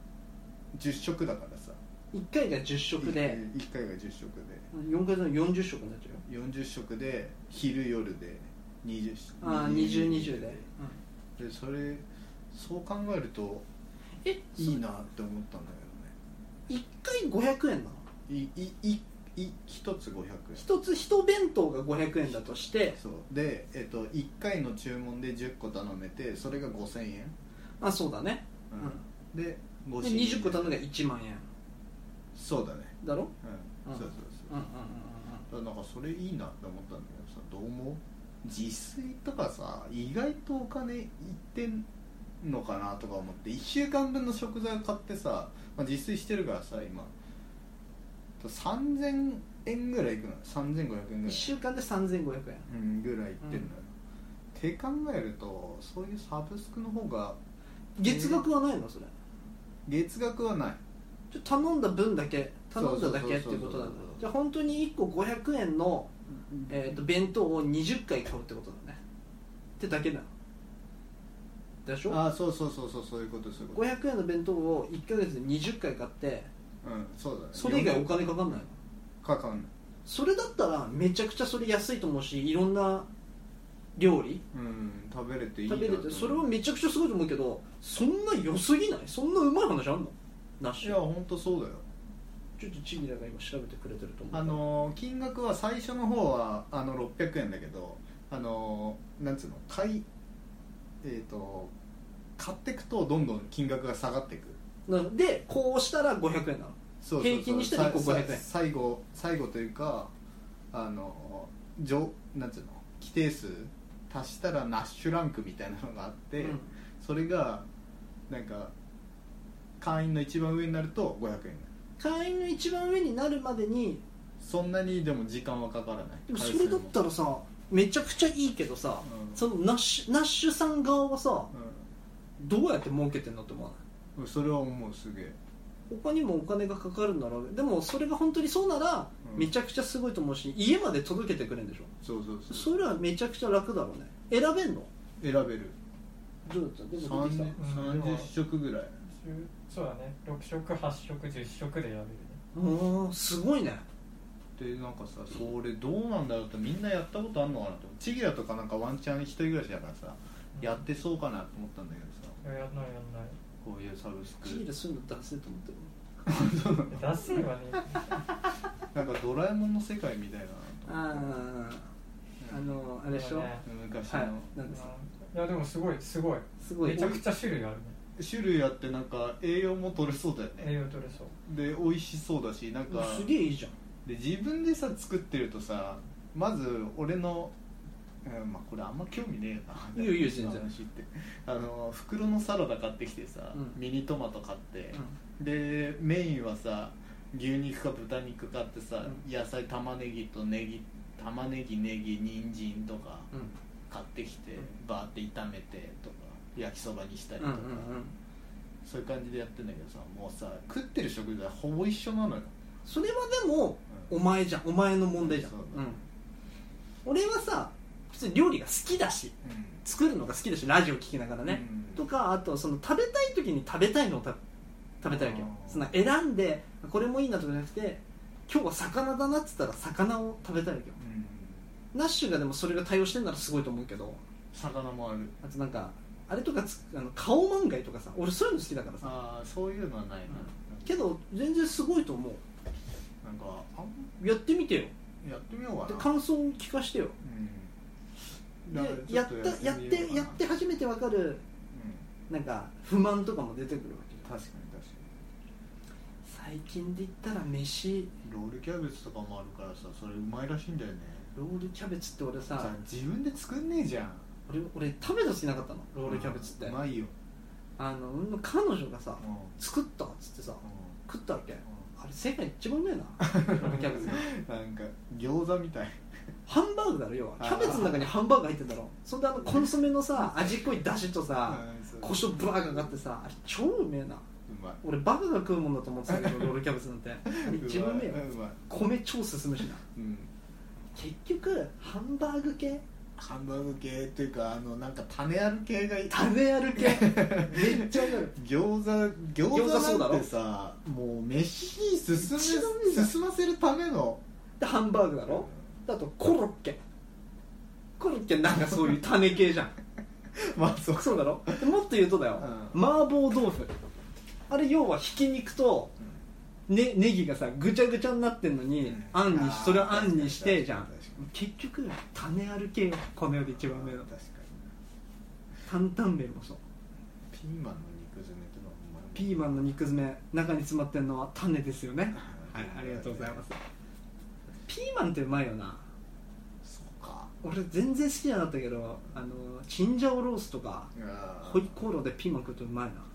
[SPEAKER 3] 10食だからさ
[SPEAKER 1] 1回が10食で
[SPEAKER 3] 1回が10食で
[SPEAKER 1] 4回だと40食になっちゃうよ
[SPEAKER 3] 40食で昼夜で20食
[SPEAKER 1] ああ2020で、
[SPEAKER 3] でそれそう考えると
[SPEAKER 1] え
[SPEAKER 3] いいなって思ったんだ
[SPEAKER 1] 一1回500円なの
[SPEAKER 3] けどねいいいい一つ500円
[SPEAKER 1] 一つ一弁当が500円だとして
[SPEAKER 3] そうで、えっと、1回の注文で10個頼めてそれが5000円、
[SPEAKER 1] あそうだね
[SPEAKER 3] うん、で
[SPEAKER 1] で
[SPEAKER 3] 5000円
[SPEAKER 1] 20個頼んだら1万円
[SPEAKER 3] そうだね
[SPEAKER 1] だろ
[SPEAKER 3] うん、
[SPEAKER 1] うん
[SPEAKER 3] そうそう
[SPEAKER 1] うんうんうん
[SPEAKER 3] そうなんかそれいいなって思ったんだけどさどう思う自炊とかさ意外とお金いってんのかなとか思って1週間分の食材を買ってさ、まあ、自炊してるからさ今3000円ぐらいいくのよ3500円
[SPEAKER 1] うん
[SPEAKER 3] ぐ
[SPEAKER 1] 1
[SPEAKER 3] らい、
[SPEAKER 1] 週間で3500円
[SPEAKER 3] うん、ぐらいいってんのよ、って考えるとそういうサブスクの方が
[SPEAKER 1] 月額はないのそれ
[SPEAKER 3] 月額はない
[SPEAKER 1] ちょ頼んだ分だけ頼んだだけっ
[SPEAKER 3] そ
[SPEAKER 1] て
[SPEAKER 3] う
[SPEAKER 1] い
[SPEAKER 3] そうう
[SPEAKER 1] こと
[SPEAKER 3] そうそう
[SPEAKER 1] なんだじゃあ本当に1個500円の、えー、と弁当を20回買うってことだねってだけだでしょ
[SPEAKER 3] ああそうそうそうそうそういうことそういうこと
[SPEAKER 1] 500円の弁当を1ヶ月で20回買って
[SPEAKER 3] うんそうだね
[SPEAKER 1] それ以外お金かかんないの
[SPEAKER 3] かかんない
[SPEAKER 1] それだったらめちゃくちゃそれ安いと思うしいろんな料理
[SPEAKER 3] うん食べれていいな
[SPEAKER 1] 食
[SPEAKER 3] と
[SPEAKER 1] べれ
[SPEAKER 3] 思う
[SPEAKER 1] てそれはめちゃくちゃすごいと思うけどそんな良すぎないそんなうまい話あんのなし
[SPEAKER 3] いや本当そうだよ
[SPEAKER 1] ちょっとチギラが今調べてくれてると思う
[SPEAKER 3] あのー金額は最初の方はあの600円だけどあのーなんつうの買いえっ、と買っていくとどんどん金額が下がっていく
[SPEAKER 1] なでこうしたら500円なの
[SPEAKER 3] そうそうそう
[SPEAKER 1] 平均にしたら一個
[SPEAKER 3] さ
[SPEAKER 1] 500円
[SPEAKER 3] さ最後最後というかあのー上なんつうの規定数足したらナッシュランクみたいなのがあって、
[SPEAKER 1] うん
[SPEAKER 3] それがなんか会員の一番上になると500円になる
[SPEAKER 1] 会員の一番上になるまでに
[SPEAKER 3] そんなにでも時間はかからない
[SPEAKER 1] でもそれだったらさめちゃくちゃいいけどさ、
[SPEAKER 3] うん
[SPEAKER 1] そのナッシュナッシュさん側はさ
[SPEAKER 3] うん
[SPEAKER 1] どうやって儲けてんのって思わない
[SPEAKER 3] それは思うすげえ
[SPEAKER 1] 他にもお金がかかるならでもそれが本当にそうなら、
[SPEAKER 3] うん
[SPEAKER 1] めちゃくちゃすごいと思うし家まで届けてくれるんでしょ
[SPEAKER 3] そうそうそう
[SPEAKER 1] それはめちゃくちゃ楽だろうね選べんの
[SPEAKER 3] 選べる
[SPEAKER 1] どうだったでも出てきた
[SPEAKER 3] 30
[SPEAKER 2] うん
[SPEAKER 3] 食ぐらい
[SPEAKER 2] 週そうだね6食8食10食でやるよね
[SPEAKER 1] おーすごいね
[SPEAKER 3] でなんかさそれどうなんだろうってみんなやったことあるのかなってチギラとかなんかワンチャン一人暮らしだからさやってそうかなと思ったんだけど
[SPEAKER 2] い
[SPEAKER 3] さ
[SPEAKER 2] ややんないやんない
[SPEAKER 3] こういうサブス
[SPEAKER 1] シー
[SPEAKER 3] ク
[SPEAKER 1] ルするの出せと思ってる
[SPEAKER 2] ダセーわね
[SPEAKER 3] なんかドラえもんの世界みたいだなと思っ
[SPEAKER 1] あああのあれでしょ、
[SPEAKER 2] ね
[SPEAKER 3] て昔の、
[SPEAKER 1] はいなんです
[SPEAKER 2] いやでもすごいすごい
[SPEAKER 1] すごい
[SPEAKER 2] めちゃくちゃ種類あるね
[SPEAKER 3] 種類あってなんか栄養も取れそうだよ
[SPEAKER 2] 栄
[SPEAKER 3] ね
[SPEAKER 2] 養取れそう
[SPEAKER 3] で美味しそうだしなんか
[SPEAKER 1] すげえいいじゃん
[SPEAKER 3] で自分でさ作ってるとさまず俺の、うんまあ、これあんま興味ねえない
[SPEAKER 1] いよいいよ全然
[SPEAKER 3] 話ってあの袋のサラダ買ってきてさ、
[SPEAKER 1] うん
[SPEAKER 3] ミニトマト買って、でメインはさ牛肉か豚肉買ってさ、
[SPEAKER 1] う
[SPEAKER 3] 野菜玉ねぎとネギ玉ねぎネギ人参とか
[SPEAKER 1] うん
[SPEAKER 3] 買ってきて、
[SPEAKER 1] うん
[SPEAKER 3] バーって炒めてとか焼きそばにしたり
[SPEAKER 1] う
[SPEAKER 3] と
[SPEAKER 1] んう
[SPEAKER 3] か、
[SPEAKER 1] んうん
[SPEAKER 3] そういう感じでやってんだけどさもうさ食ってる食材ほぼ一緒なのよ
[SPEAKER 1] それはでもお前じゃんお前の問題じゃん、
[SPEAKER 3] そう
[SPEAKER 1] う
[SPEAKER 3] だ
[SPEAKER 1] ん、俺はさ普通に料理が好きだし作るのが好きだしラジオ聞きながらね、
[SPEAKER 3] うん
[SPEAKER 1] とかあとその食べたい時に食べたいのを食べ食べたいわけよ
[SPEAKER 3] あー
[SPEAKER 1] その選んでこれもいいなとかじゃなくて今日は魚だなっつったら魚を食べたいわけよ
[SPEAKER 3] うん
[SPEAKER 1] ナッシュがでもそれが対応してんならすごいと思うけど
[SPEAKER 3] 魚もある
[SPEAKER 1] あとなんかあれとかつあの顔漫画とかさ俺そういうの好きだからさ
[SPEAKER 3] ああそういうのはないな、
[SPEAKER 1] けど全然すごいと思う
[SPEAKER 3] なんかあん
[SPEAKER 1] やってみてよ
[SPEAKER 3] やってみようか
[SPEAKER 1] で
[SPEAKER 3] な
[SPEAKER 1] 感想を聞かしてよ
[SPEAKER 3] うん
[SPEAKER 1] で
[SPEAKER 3] だからちょ
[SPEAKER 1] やっ
[SPEAKER 3] と
[SPEAKER 1] たやっ
[SPEAKER 3] みようか
[SPEAKER 1] て
[SPEAKER 3] な
[SPEAKER 1] やって初めてわかる
[SPEAKER 3] う
[SPEAKER 1] なんか不満とかも出てくるわけ
[SPEAKER 3] ん確かに確か
[SPEAKER 1] 最近で言ったら飯
[SPEAKER 3] にロールキャベツとかもあるからさそれうまいらしいんだよね
[SPEAKER 1] ロールキャベツって俺
[SPEAKER 3] さ
[SPEAKER 1] さ
[SPEAKER 3] 自分で作んねえじゃん
[SPEAKER 1] 俺俺食べた時なかったのロールキャベツって
[SPEAKER 3] うまいよ
[SPEAKER 1] あの俺の彼女がさ
[SPEAKER 3] うんうん
[SPEAKER 1] 作ったっつってさ食ったわけあれ世界一番うめえなロールキャベツ
[SPEAKER 3] なんか餃子みたい
[SPEAKER 1] ハンバーグだろ要はキャベツの中にハンバーグ入ってんだろそんであのコンソメのさ味っこいだしとさ
[SPEAKER 3] うんそう
[SPEAKER 1] 胡椒ブワーがかかってさあれ超うめえな
[SPEAKER 3] うまい
[SPEAKER 1] 俺バカが食うもんだと思ってたけどロールキャベツなん てあれ一番うめえよ
[SPEAKER 3] うまいうまい
[SPEAKER 1] 米超進むしな
[SPEAKER 3] うん
[SPEAKER 1] 結局ハンバーグ系
[SPEAKER 3] ハンバーグ系っていうかあのなんか種ある系がいい
[SPEAKER 1] 食べ 歩けめっちゃわかる
[SPEAKER 3] 餃子餃
[SPEAKER 1] 餃子そうだ
[SPEAKER 3] 子なん
[SPEAKER 1] ろ
[SPEAKER 3] てさもう飯に進
[SPEAKER 1] 一番いいじ
[SPEAKER 3] め
[SPEAKER 1] ゃん
[SPEAKER 3] 進ませるため の
[SPEAKER 1] でハンバーグだろであとコロッケコロッケなんかそういう種系 じゃん
[SPEAKER 3] まあそう
[SPEAKER 1] そうだろでもっと言うとだよ、
[SPEAKER 3] う
[SPEAKER 1] 麻婆豆腐あれ要はひき肉と、ね、ネギがさぐちゃぐちゃになってんのに、
[SPEAKER 3] うん
[SPEAKER 1] あんに
[SPEAKER 3] あ
[SPEAKER 1] し
[SPEAKER 3] ー
[SPEAKER 1] それをあんにしてじゃん
[SPEAKER 3] 確かに確か
[SPEAKER 1] 結局種ある系よこの世で一番目の
[SPEAKER 3] 確かに
[SPEAKER 1] 担々麺もそう
[SPEAKER 3] ピーマンの肉詰めってのはうまいもん
[SPEAKER 1] ピーマンの肉詰め中に詰まってるのは種ですよねはいありがとうございますピーマンってうまいよな
[SPEAKER 3] そうか
[SPEAKER 1] 俺全然好きじゃなかったけどあのチンジャオロースとか
[SPEAKER 3] あー
[SPEAKER 1] ホイコーローでピーマン食うとうまいな
[SPEAKER 3] 確か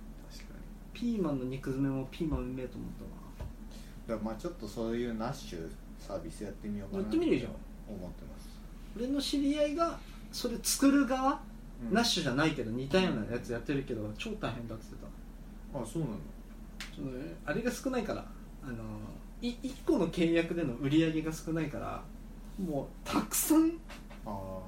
[SPEAKER 3] に
[SPEAKER 1] ピーマンの肉詰めもピーマンうめえと思った
[SPEAKER 3] だからまあちょっとそういうナッシュサービスやってみようか
[SPEAKER 1] わ
[SPEAKER 3] な
[SPEAKER 1] やってみるじゃん
[SPEAKER 3] 思ってます
[SPEAKER 1] 俺の知り合いがそれ作る側、
[SPEAKER 3] うん
[SPEAKER 1] ナッシュじゃないけど似たようなやつやってるけど超大変だって言って
[SPEAKER 3] あそうなの
[SPEAKER 1] たそのあれが少ないからあのい1個の契約での売り上げが少ないからもうたくさん
[SPEAKER 3] ああ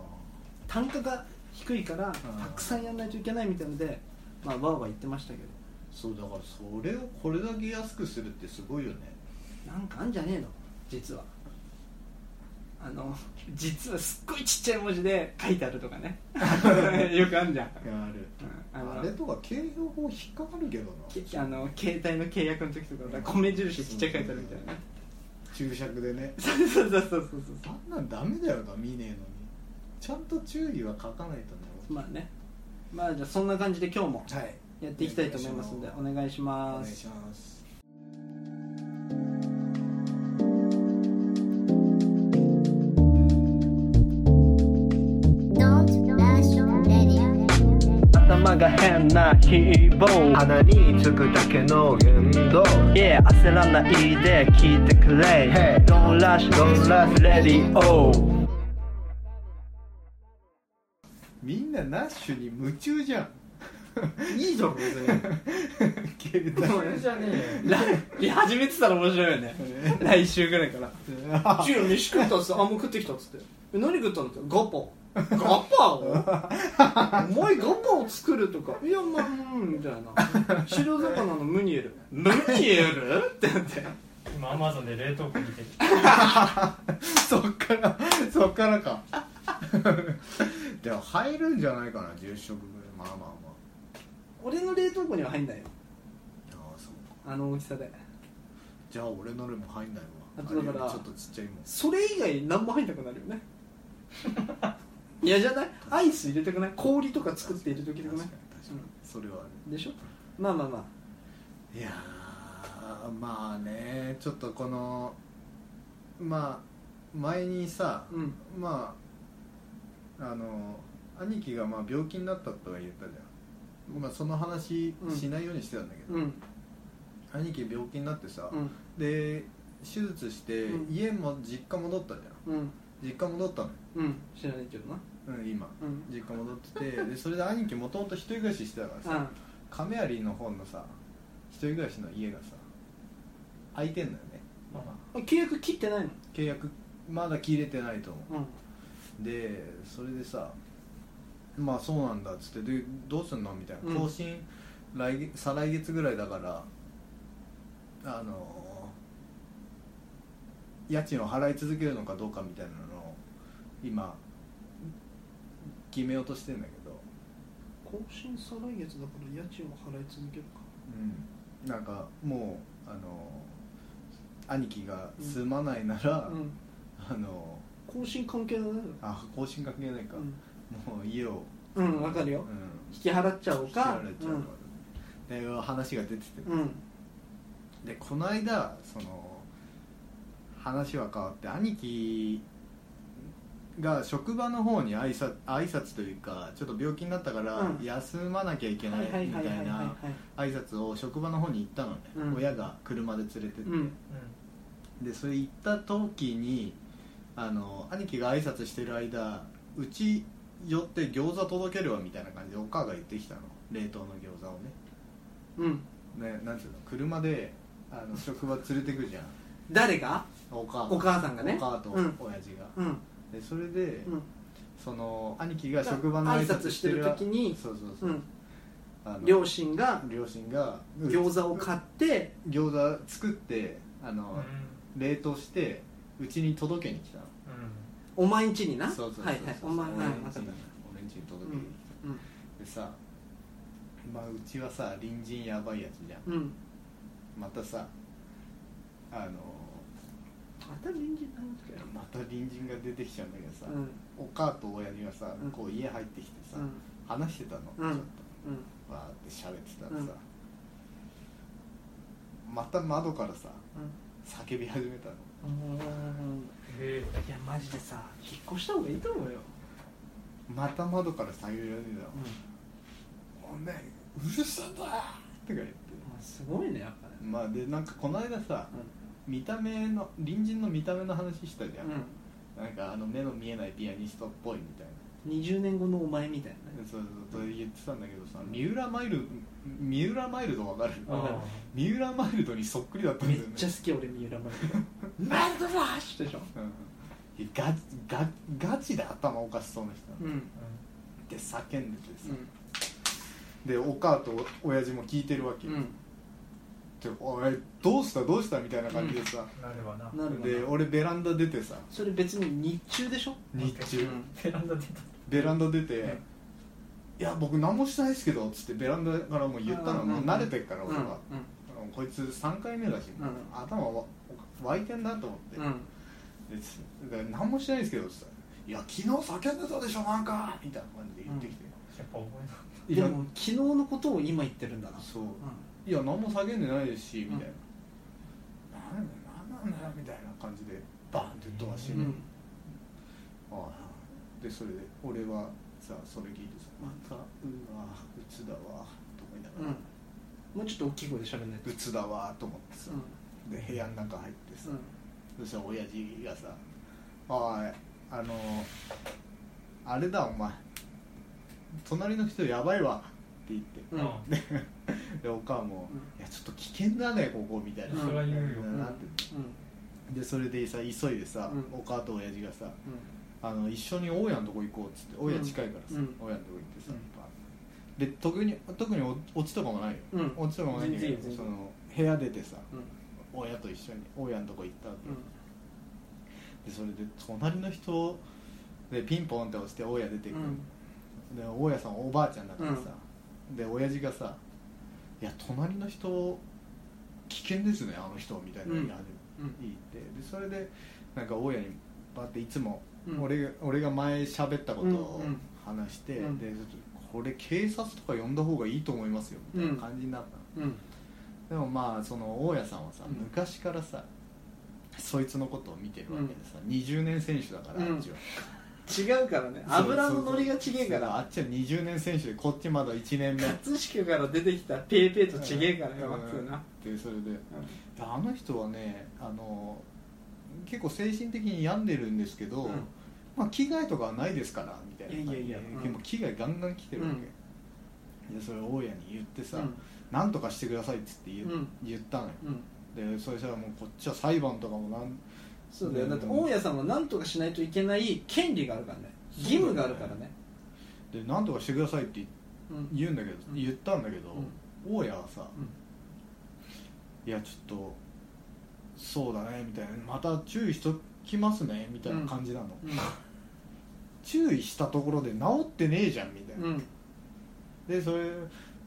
[SPEAKER 1] 単価が低いからたくさんやんないといけないみたいのでまあわーわー言ってましたけど
[SPEAKER 3] そうだからそれをこれだけ安くするってすごいよね
[SPEAKER 1] なんかあんじゃねえの実はあの実はすっごいちっちゃい文字で書いてあるとかねよくあんじゃん、
[SPEAKER 3] いやあ
[SPEAKER 1] うん
[SPEAKER 3] る
[SPEAKER 1] あの
[SPEAKER 3] あれとか経営法引っかかるけど
[SPEAKER 1] け
[SPEAKER 3] な
[SPEAKER 1] あの携帯の契約の時とか米印ちっちゃい書いてあるみたいなね
[SPEAKER 3] 注釈でね
[SPEAKER 1] そうそうそうそうそう
[SPEAKER 3] あんなんダメだよな見ねえのにちゃんと注意は書かないとね
[SPEAKER 1] そうまあねまあじゃあそんな感じで今日も
[SPEAKER 3] はい
[SPEAKER 1] やっていきたいと思いますんでお願いし
[SPEAKER 3] お
[SPEAKER 1] ま
[SPEAKER 3] 願い
[SPEAKER 1] す
[SPEAKER 3] します
[SPEAKER 1] 頭が変な希望
[SPEAKER 5] 鼻につくだけの言動
[SPEAKER 1] Yeah 焦らないで聞いてくれ
[SPEAKER 5] Hey
[SPEAKER 1] Don't rush, don't rush, ready, oh
[SPEAKER 3] みんなナッシュに夢中じゃん
[SPEAKER 1] いいじゃん別に
[SPEAKER 3] 携帯
[SPEAKER 2] それじゃねえよ
[SPEAKER 1] いや始めてたら面白いよね来週ぐらいから
[SPEAKER 3] あ
[SPEAKER 1] 「チュー飯食った」っつって「あもう食ってきた」っつって「え何食ったの?」って「ガパ」ガ パオお前ガパオ作るとかいやまあうんみたいな白魚のムニエ ルムニエル ってなって
[SPEAKER 2] 今アマゾンで冷凍庫見てる
[SPEAKER 3] そっからそっからかでも入るんじゃないかな10食ぐらいまあまあま
[SPEAKER 1] 俺の冷凍庫には入んないよ
[SPEAKER 3] あああそうか
[SPEAKER 1] あの大きさで
[SPEAKER 3] じゃあ俺のでも入んないわ
[SPEAKER 1] あとだから
[SPEAKER 3] あれよりちょっとちっちゃいもん
[SPEAKER 1] それ以外何も入んなくなるよねいやじゃないアイス入れたくない氷とか作って入れときたく
[SPEAKER 3] 確
[SPEAKER 1] な
[SPEAKER 3] か
[SPEAKER 1] い
[SPEAKER 3] に確かにそれはあ
[SPEAKER 1] でしょまあまあまあ
[SPEAKER 3] るいやーまあねちょっとこのまあ前にさ、
[SPEAKER 1] うん
[SPEAKER 3] まああの兄貴がまあ病気になったとは言ったじゃんまあその話しないようにしてたんだけど、
[SPEAKER 1] うん
[SPEAKER 3] 兄貴病気になってさ、
[SPEAKER 1] うん
[SPEAKER 3] で手術して、
[SPEAKER 1] うん
[SPEAKER 3] 家も実家戻ったじゃ
[SPEAKER 1] うん
[SPEAKER 3] ん実家戻ったのよ、
[SPEAKER 1] うん知らないけどな
[SPEAKER 3] うん、今
[SPEAKER 1] うん
[SPEAKER 3] 実家戻って てでそれで兄貴もともと一人暮らししてたからさ、亀有の方のさ一人暮らしの家がさ空いてんだよね
[SPEAKER 1] うん契約切ってないの
[SPEAKER 3] 契約まだ切れてないと思
[SPEAKER 1] うん
[SPEAKER 3] うでそれでさまあそうなんだっつってでどうすんのみたいな
[SPEAKER 1] うん
[SPEAKER 3] 更新、来月再来月ぐらいだからあの家賃を払い続けるのかどうかみたいなのを今決めようとしてんだけど
[SPEAKER 1] 更新再来月だから家賃を払い続けるか
[SPEAKER 3] うん、なんかもうあの兄貴が住まないなら、
[SPEAKER 1] うん
[SPEAKER 3] あの
[SPEAKER 1] 更新関係ないよ
[SPEAKER 3] あ更新関係ないか、もう家を、
[SPEAKER 1] うんうんわかるよ
[SPEAKER 3] うん、
[SPEAKER 1] 引き払っちゃおう
[SPEAKER 3] 引き取ら
[SPEAKER 1] か
[SPEAKER 3] れちゃうから、で話が出てて、
[SPEAKER 1] うんうん
[SPEAKER 3] でこの間その話は変わって兄貴が職場の方に挨拶挨拶というかちょっと病気になったから
[SPEAKER 1] うん
[SPEAKER 3] 休まなきゃいけ
[SPEAKER 1] は
[SPEAKER 3] ないい
[SPEAKER 1] はい
[SPEAKER 3] み
[SPEAKER 1] はいはい
[SPEAKER 3] た
[SPEAKER 1] はいい
[SPEAKER 3] な
[SPEAKER 1] はい
[SPEAKER 3] 挨拶を職場の方に行ったのね、
[SPEAKER 1] うん
[SPEAKER 3] 親が車で連れてって、
[SPEAKER 1] うん
[SPEAKER 3] でそれ行った時にあの兄貴が挨拶してる間うち寄って餃子届けるわみたいな感じでお母が言ってきたの冷凍の餃子を
[SPEAKER 1] うん
[SPEAKER 3] ねねなんていうの車であの職場連れてくじゃん
[SPEAKER 1] 誰が
[SPEAKER 3] お母
[SPEAKER 1] お母さんがね
[SPEAKER 3] お母と
[SPEAKER 1] う
[SPEAKER 3] 親
[SPEAKER 1] ん
[SPEAKER 3] 父が、
[SPEAKER 1] うん
[SPEAKER 3] でそれで、
[SPEAKER 1] うん
[SPEAKER 3] その兄貴が職場の
[SPEAKER 1] 挨拶してる時に
[SPEAKER 3] そうそうそうう、
[SPEAKER 1] ん
[SPEAKER 3] あの
[SPEAKER 1] 両親が
[SPEAKER 3] 両親が
[SPEAKER 1] 餃子を買って
[SPEAKER 3] 餃子作って
[SPEAKER 2] う
[SPEAKER 3] あ
[SPEAKER 2] んう
[SPEAKER 3] の、
[SPEAKER 2] ん
[SPEAKER 3] 冷凍してうちに届けに来たの
[SPEAKER 1] お前ん家にな
[SPEAKER 3] そうそうそうそう
[SPEAKER 1] はいはいお前はい
[SPEAKER 3] 俺ん
[SPEAKER 1] わ
[SPEAKER 3] ち
[SPEAKER 1] かっ
[SPEAKER 3] に
[SPEAKER 1] た
[SPEAKER 3] 俺んちに
[SPEAKER 1] う
[SPEAKER 3] 届けに来
[SPEAKER 1] んうん
[SPEAKER 3] てでさまあうちはさ隣人やばいやつじゃん
[SPEAKER 1] うん
[SPEAKER 3] またさあの
[SPEAKER 1] また隣人なんだけど
[SPEAKER 3] また隣人が出てきちゃうんだけどさ、
[SPEAKER 1] うん
[SPEAKER 3] お母と親にはさ
[SPEAKER 1] うん
[SPEAKER 3] こう家入ってきてさ、
[SPEAKER 1] うん
[SPEAKER 3] 話してたの、
[SPEAKER 1] うん
[SPEAKER 3] ちょっ
[SPEAKER 1] うん
[SPEAKER 3] とわーって喋ってたらさ、また窓からさ叫び始めたの
[SPEAKER 1] うん
[SPEAKER 2] へ
[SPEAKER 1] いやマジでさ引っ越した方がいいと思うよ
[SPEAKER 3] また窓から叫び始めたの、おめえうるさいんだよとか言って
[SPEAKER 1] まあすごいねやっぱね
[SPEAKER 3] まあでなんかこの間さ、見た目の隣人の見た目の話したじゃん、
[SPEAKER 1] う
[SPEAKER 3] なんかあの目の見えないピアニストっぽいみたいなん
[SPEAKER 1] 20年後のお前みたいなね
[SPEAKER 3] そうそうそう言ってたんだけどさ三浦マイル三浦マイルドわかる
[SPEAKER 2] ああ
[SPEAKER 3] 三浦マイルドにそっくりだったんだ
[SPEAKER 1] め
[SPEAKER 3] よ
[SPEAKER 1] っ
[SPEAKER 3] ね
[SPEAKER 1] ちゃ好き俺三浦マイルドマイルドフラッシュでしょ
[SPEAKER 3] うんガチガガチで頭おかしそうな人
[SPEAKER 1] うんうん
[SPEAKER 3] で叫んでてさ、でお母と親父も聞いてるわけ
[SPEAKER 1] う
[SPEAKER 3] よ、
[SPEAKER 1] ん
[SPEAKER 3] でおいどうしたどうしたみたいな感じでさ、
[SPEAKER 2] なるわな
[SPEAKER 1] なるほ
[SPEAKER 3] で
[SPEAKER 1] ど
[SPEAKER 3] 俺ベランダ出てさ
[SPEAKER 1] それ別に日中でしょ
[SPEAKER 3] 日中、
[SPEAKER 1] うん
[SPEAKER 2] ベランダ出た
[SPEAKER 3] ベランダ出て、
[SPEAKER 1] うん
[SPEAKER 3] いや僕何もしないですけどっつってベランダからもう言ったの、
[SPEAKER 1] うん
[SPEAKER 3] もう慣れてるから
[SPEAKER 1] うん
[SPEAKER 3] 俺は、こいつ3回目だし、
[SPEAKER 1] うん
[SPEAKER 3] 頭わ湧いてんなと思って、
[SPEAKER 1] うんうん
[SPEAKER 3] でつだから何もしないですけどっつったらいや昨日叫んでたでしょなんか」みたいな感じで言ってきて、
[SPEAKER 2] やっぱ覚
[SPEAKER 3] い
[SPEAKER 1] で
[SPEAKER 3] や
[SPEAKER 1] も昨日のことを今言ってるんだな
[SPEAKER 3] そう、
[SPEAKER 1] う
[SPEAKER 3] いや何も叫んでないですしみ
[SPEAKER 1] ん
[SPEAKER 3] たいな、なん、なんなんだよみたいな感じでバンってドア閉
[SPEAKER 1] ん
[SPEAKER 3] め
[SPEAKER 1] う
[SPEAKER 3] る、
[SPEAKER 1] ん
[SPEAKER 3] ああでそれで俺はさそれ聞いてさまたうわうつだわと思いながら、
[SPEAKER 1] うんもうちょっと大きい声で喋んないと
[SPEAKER 3] うつだわと思ってさ、で部屋の中入ってさ、そしたら親父がさ「おいあのあれだお前隣の人やばいわ」って言って、
[SPEAKER 1] うん
[SPEAKER 2] え
[SPEAKER 1] うん
[SPEAKER 2] な
[SPEAKER 3] でお母も
[SPEAKER 1] うん
[SPEAKER 3] 「いやちょっと危険だねここ」みたいな、
[SPEAKER 1] それは
[SPEAKER 2] 言うよ
[SPEAKER 3] なってでそれでさ急いでさ、
[SPEAKER 1] うん
[SPEAKER 3] お母と親父がさ
[SPEAKER 1] う
[SPEAKER 3] あの一緒に大家のとこ行こうっつって大家近いから
[SPEAKER 1] う
[SPEAKER 3] さ、
[SPEAKER 1] ん
[SPEAKER 3] 大家のとこ行ってさ、
[SPEAKER 1] うん
[SPEAKER 3] バーッてで特に特に落ちとかもないよ、
[SPEAKER 1] うん
[SPEAKER 3] 落ちとかもないんだけ
[SPEAKER 1] 全然
[SPEAKER 3] ど
[SPEAKER 1] 全然
[SPEAKER 3] その部屋出てさ、
[SPEAKER 1] うん
[SPEAKER 3] 大家と一緒に大家のとこ行ったわけ
[SPEAKER 1] うん
[SPEAKER 3] でそれで隣の人でピンポンって押して大家出てくる、で大家さんおばあちゃんだからさ、で親父がさ「いや隣の人危険ですねあの人」みたいなの言い始め
[SPEAKER 1] うん
[SPEAKER 3] 言ってでそれでなんか大家にバっていつも
[SPEAKER 1] うん
[SPEAKER 3] 俺が,、俺が前喋ったことを
[SPEAKER 1] うんうん
[SPEAKER 3] 話して、
[SPEAKER 1] うん
[SPEAKER 3] でこれ警察とか呼んだ方がいいと思いますよみたいな感じになったの、
[SPEAKER 1] うん
[SPEAKER 3] でもまあその大家さんはさ、
[SPEAKER 1] うん
[SPEAKER 3] 昔からさそいつのことを見てるわけでさ、20年選手だから、
[SPEAKER 1] うん
[SPEAKER 3] あっちは
[SPEAKER 1] 違うからね油の乗りが違えか
[SPEAKER 3] そうあ
[SPEAKER 1] ら
[SPEAKER 3] っちは20年選手でこっちまだ1年目
[SPEAKER 1] 葛飾から出てきたペーペーと違えからよ
[SPEAKER 3] うん
[SPEAKER 1] 松な
[SPEAKER 3] でそれであの人はねあの結構精神的に病んでるんですけど、
[SPEAKER 1] うん
[SPEAKER 3] まあ危害とかはないですからみたいな感じで
[SPEAKER 1] いやいやいやうん
[SPEAKER 3] でも危害ガンガン来てるわけ、でそれを大家に言ってさ、なんとかしてくださいっつって言,、
[SPEAKER 1] うん
[SPEAKER 3] 言ったのよ
[SPEAKER 1] うんうん
[SPEAKER 3] でそれしたらもうこっちは裁判とかもなん
[SPEAKER 1] そうだよ
[SPEAKER 3] うん
[SPEAKER 1] だって大家さんは何とかしないといけない権利があるからね義務があるからね
[SPEAKER 3] でなんとかしてくださいって
[SPEAKER 1] うん
[SPEAKER 3] 言うんだけど、
[SPEAKER 1] うん
[SPEAKER 3] 言ったんだけど、大家はさ、
[SPEAKER 1] うん
[SPEAKER 3] いやちょっとそうだねみたいなまた注意しときますねみたいな感じなの、注意したところで治ってねえじゃんみたいな、
[SPEAKER 1] うん
[SPEAKER 3] でそれ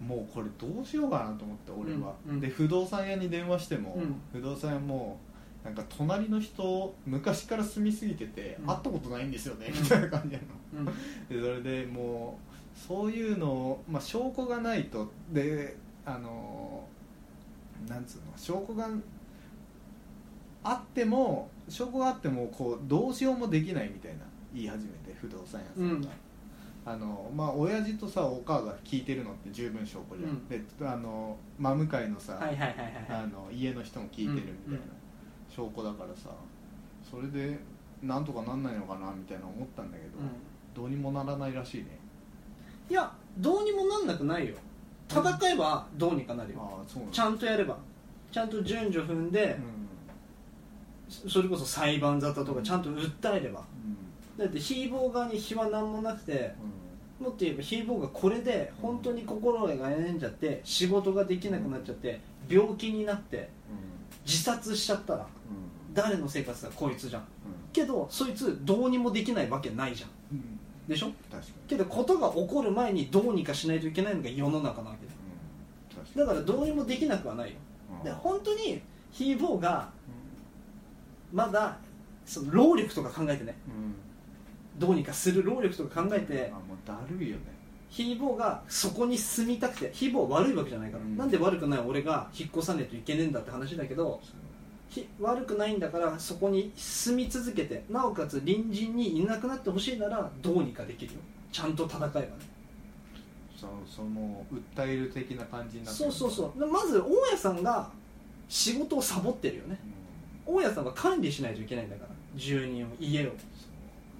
[SPEAKER 3] もうこれどうしようかなと思って俺は、
[SPEAKER 1] うんうん
[SPEAKER 3] で不動産屋に電話しても、
[SPEAKER 1] うん
[SPEAKER 3] 不動産屋もなんか隣の人昔から住みすぎてて、
[SPEAKER 1] うん
[SPEAKER 3] 会ったことないんですよね、
[SPEAKER 1] うん
[SPEAKER 3] みたいな感じなの
[SPEAKER 1] うん
[SPEAKER 3] でそれでもうそういうのを、まあ、証拠がないとであのなんつうの証拠があっても証拠があってもこうどうしようもできないみたいな言い始めて不動産屋さんが、あのまあ親父とさお母が聞いてるのって十分証拠じゃん、
[SPEAKER 1] うん
[SPEAKER 3] であの真向かいのさ、
[SPEAKER 1] はいはいはいはい
[SPEAKER 3] あの家の人も聞いてるみたいな証拠だからさそれでなんとかなんないのかなみたいな思ったんだけど、
[SPEAKER 1] うん
[SPEAKER 3] どうにもならないらしいね
[SPEAKER 1] いやどうにもなんなくないよ戦えばどうにかなるよ
[SPEAKER 3] ああそうなん
[SPEAKER 1] ちゃんとやればちゃんと順序踏んで、そそれこそ裁判沙汰とかちゃんと訴えれば
[SPEAKER 3] う
[SPEAKER 1] だって非ー側に非は何もなくて
[SPEAKER 3] ん
[SPEAKER 1] もっと言えば非ーがこれで本当に心が悩んじゃって仕事ができなくなっちゃって病気になって自殺しちゃったら誰の生活だこいつじゃんけどそいつどうにもできないわけないじゃん
[SPEAKER 3] うんうん
[SPEAKER 1] でしょ
[SPEAKER 3] 確かに
[SPEAKER 1] けどことが起こる前にどうにかしないといけないのが世の中なわけだ
[SPEAKER 3] うん確か
[SPEAKER 1] だからどうにもできなくはないよ
[SPEAKER 3] に
[SPEAKER 1] で
[SPEAKER 3] うん
[SPEAKER 1] 本当にヒーボーがまだその労力とか考えてね
[SPEAKER 3] うん
[SPEAKER 1] どうにかする労力とか考えて
[SPEAKER 3] あもうだるいよね
[SPEAKER 1] ヒーボーがそこに住みたくてヒーボーは悪いわけじゃないから、
[SPEAKER 3] うん
[SPEAKER 1] なんで悪くない俺が引っ越さねえといけねえんだって話だけど
[SPEAKER 3] そ
[SPEAKER 1] ひ悪くないんだからそこに住み続けてなおかつ隣人にいなくなってほしいならどうにかできるよちゃんと戦えばね
[SPEAKER 3] そその訴える的な感じになって
[SPEAKER 1] そうそうそうでまず大家さんが仕事をサボってるよね
[SPEAKER 3] うん
[SPEAKER 1] 大家さんは管理しないといけないんだから住人を家を
[SPEAKER 3] そう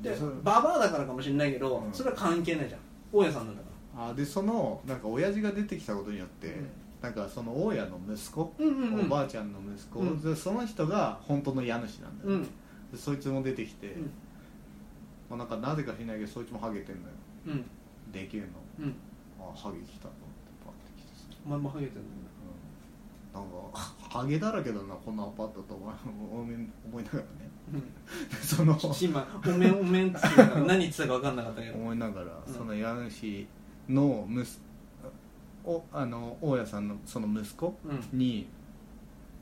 [SPEAKER 1] で
[SPEAKER 3] でそれ
[SPEAKER 1] ババアだからかもしれないけど、
[SPEAKER 3] うん
[SPEAKER 1] それは関係ないじゃん大家さんなんだか
[SPEAKER 3] あでそのなんか親父が出てきたことによって、
[SPEAKER 1] うん
[SPEAKER 3] なんかその大家の息子、
[SPEAKER 1] らうんうんうん
[SPEAKER 3] おばあちゃんの息子、
[SPEAKER 1] うん
[SPEAKER 3] でその人が本当の家主なんだよ、
[SPEAKER 1] うん
[SPEAKER 3] でそいつも出てきて、
[SPEAKER 1] うん
[SPEAKER 3] まあ、なんかなぜか知らないけどそいつもハゲてんのよ
[SPEAKER 1] うん
[SPEAKER 3] できるの
[SPEAKER 1] うん
[SPEAKER 3] あハゲきたと思ってパッて来てさ、
[SPEAKER 1] お前もハ ゲてるん
[SPEAKER 3] うん、なんかハゲだらけだなこんなアパートと思い思いながらね
[SPEAKER 1] だ
[SPEAKER 3] その
[SPEAKER 1] うん今おめんおめんっつって 言うから何言ってたか分かんなかったけど
[SPEAKER 3] 思いながら、
[SPEAKER 1] うん
[SPEAKER 3] その家主の息子おあの大家さんのその息子
[SPEAKER 1] うん
[SPEAKER 3] に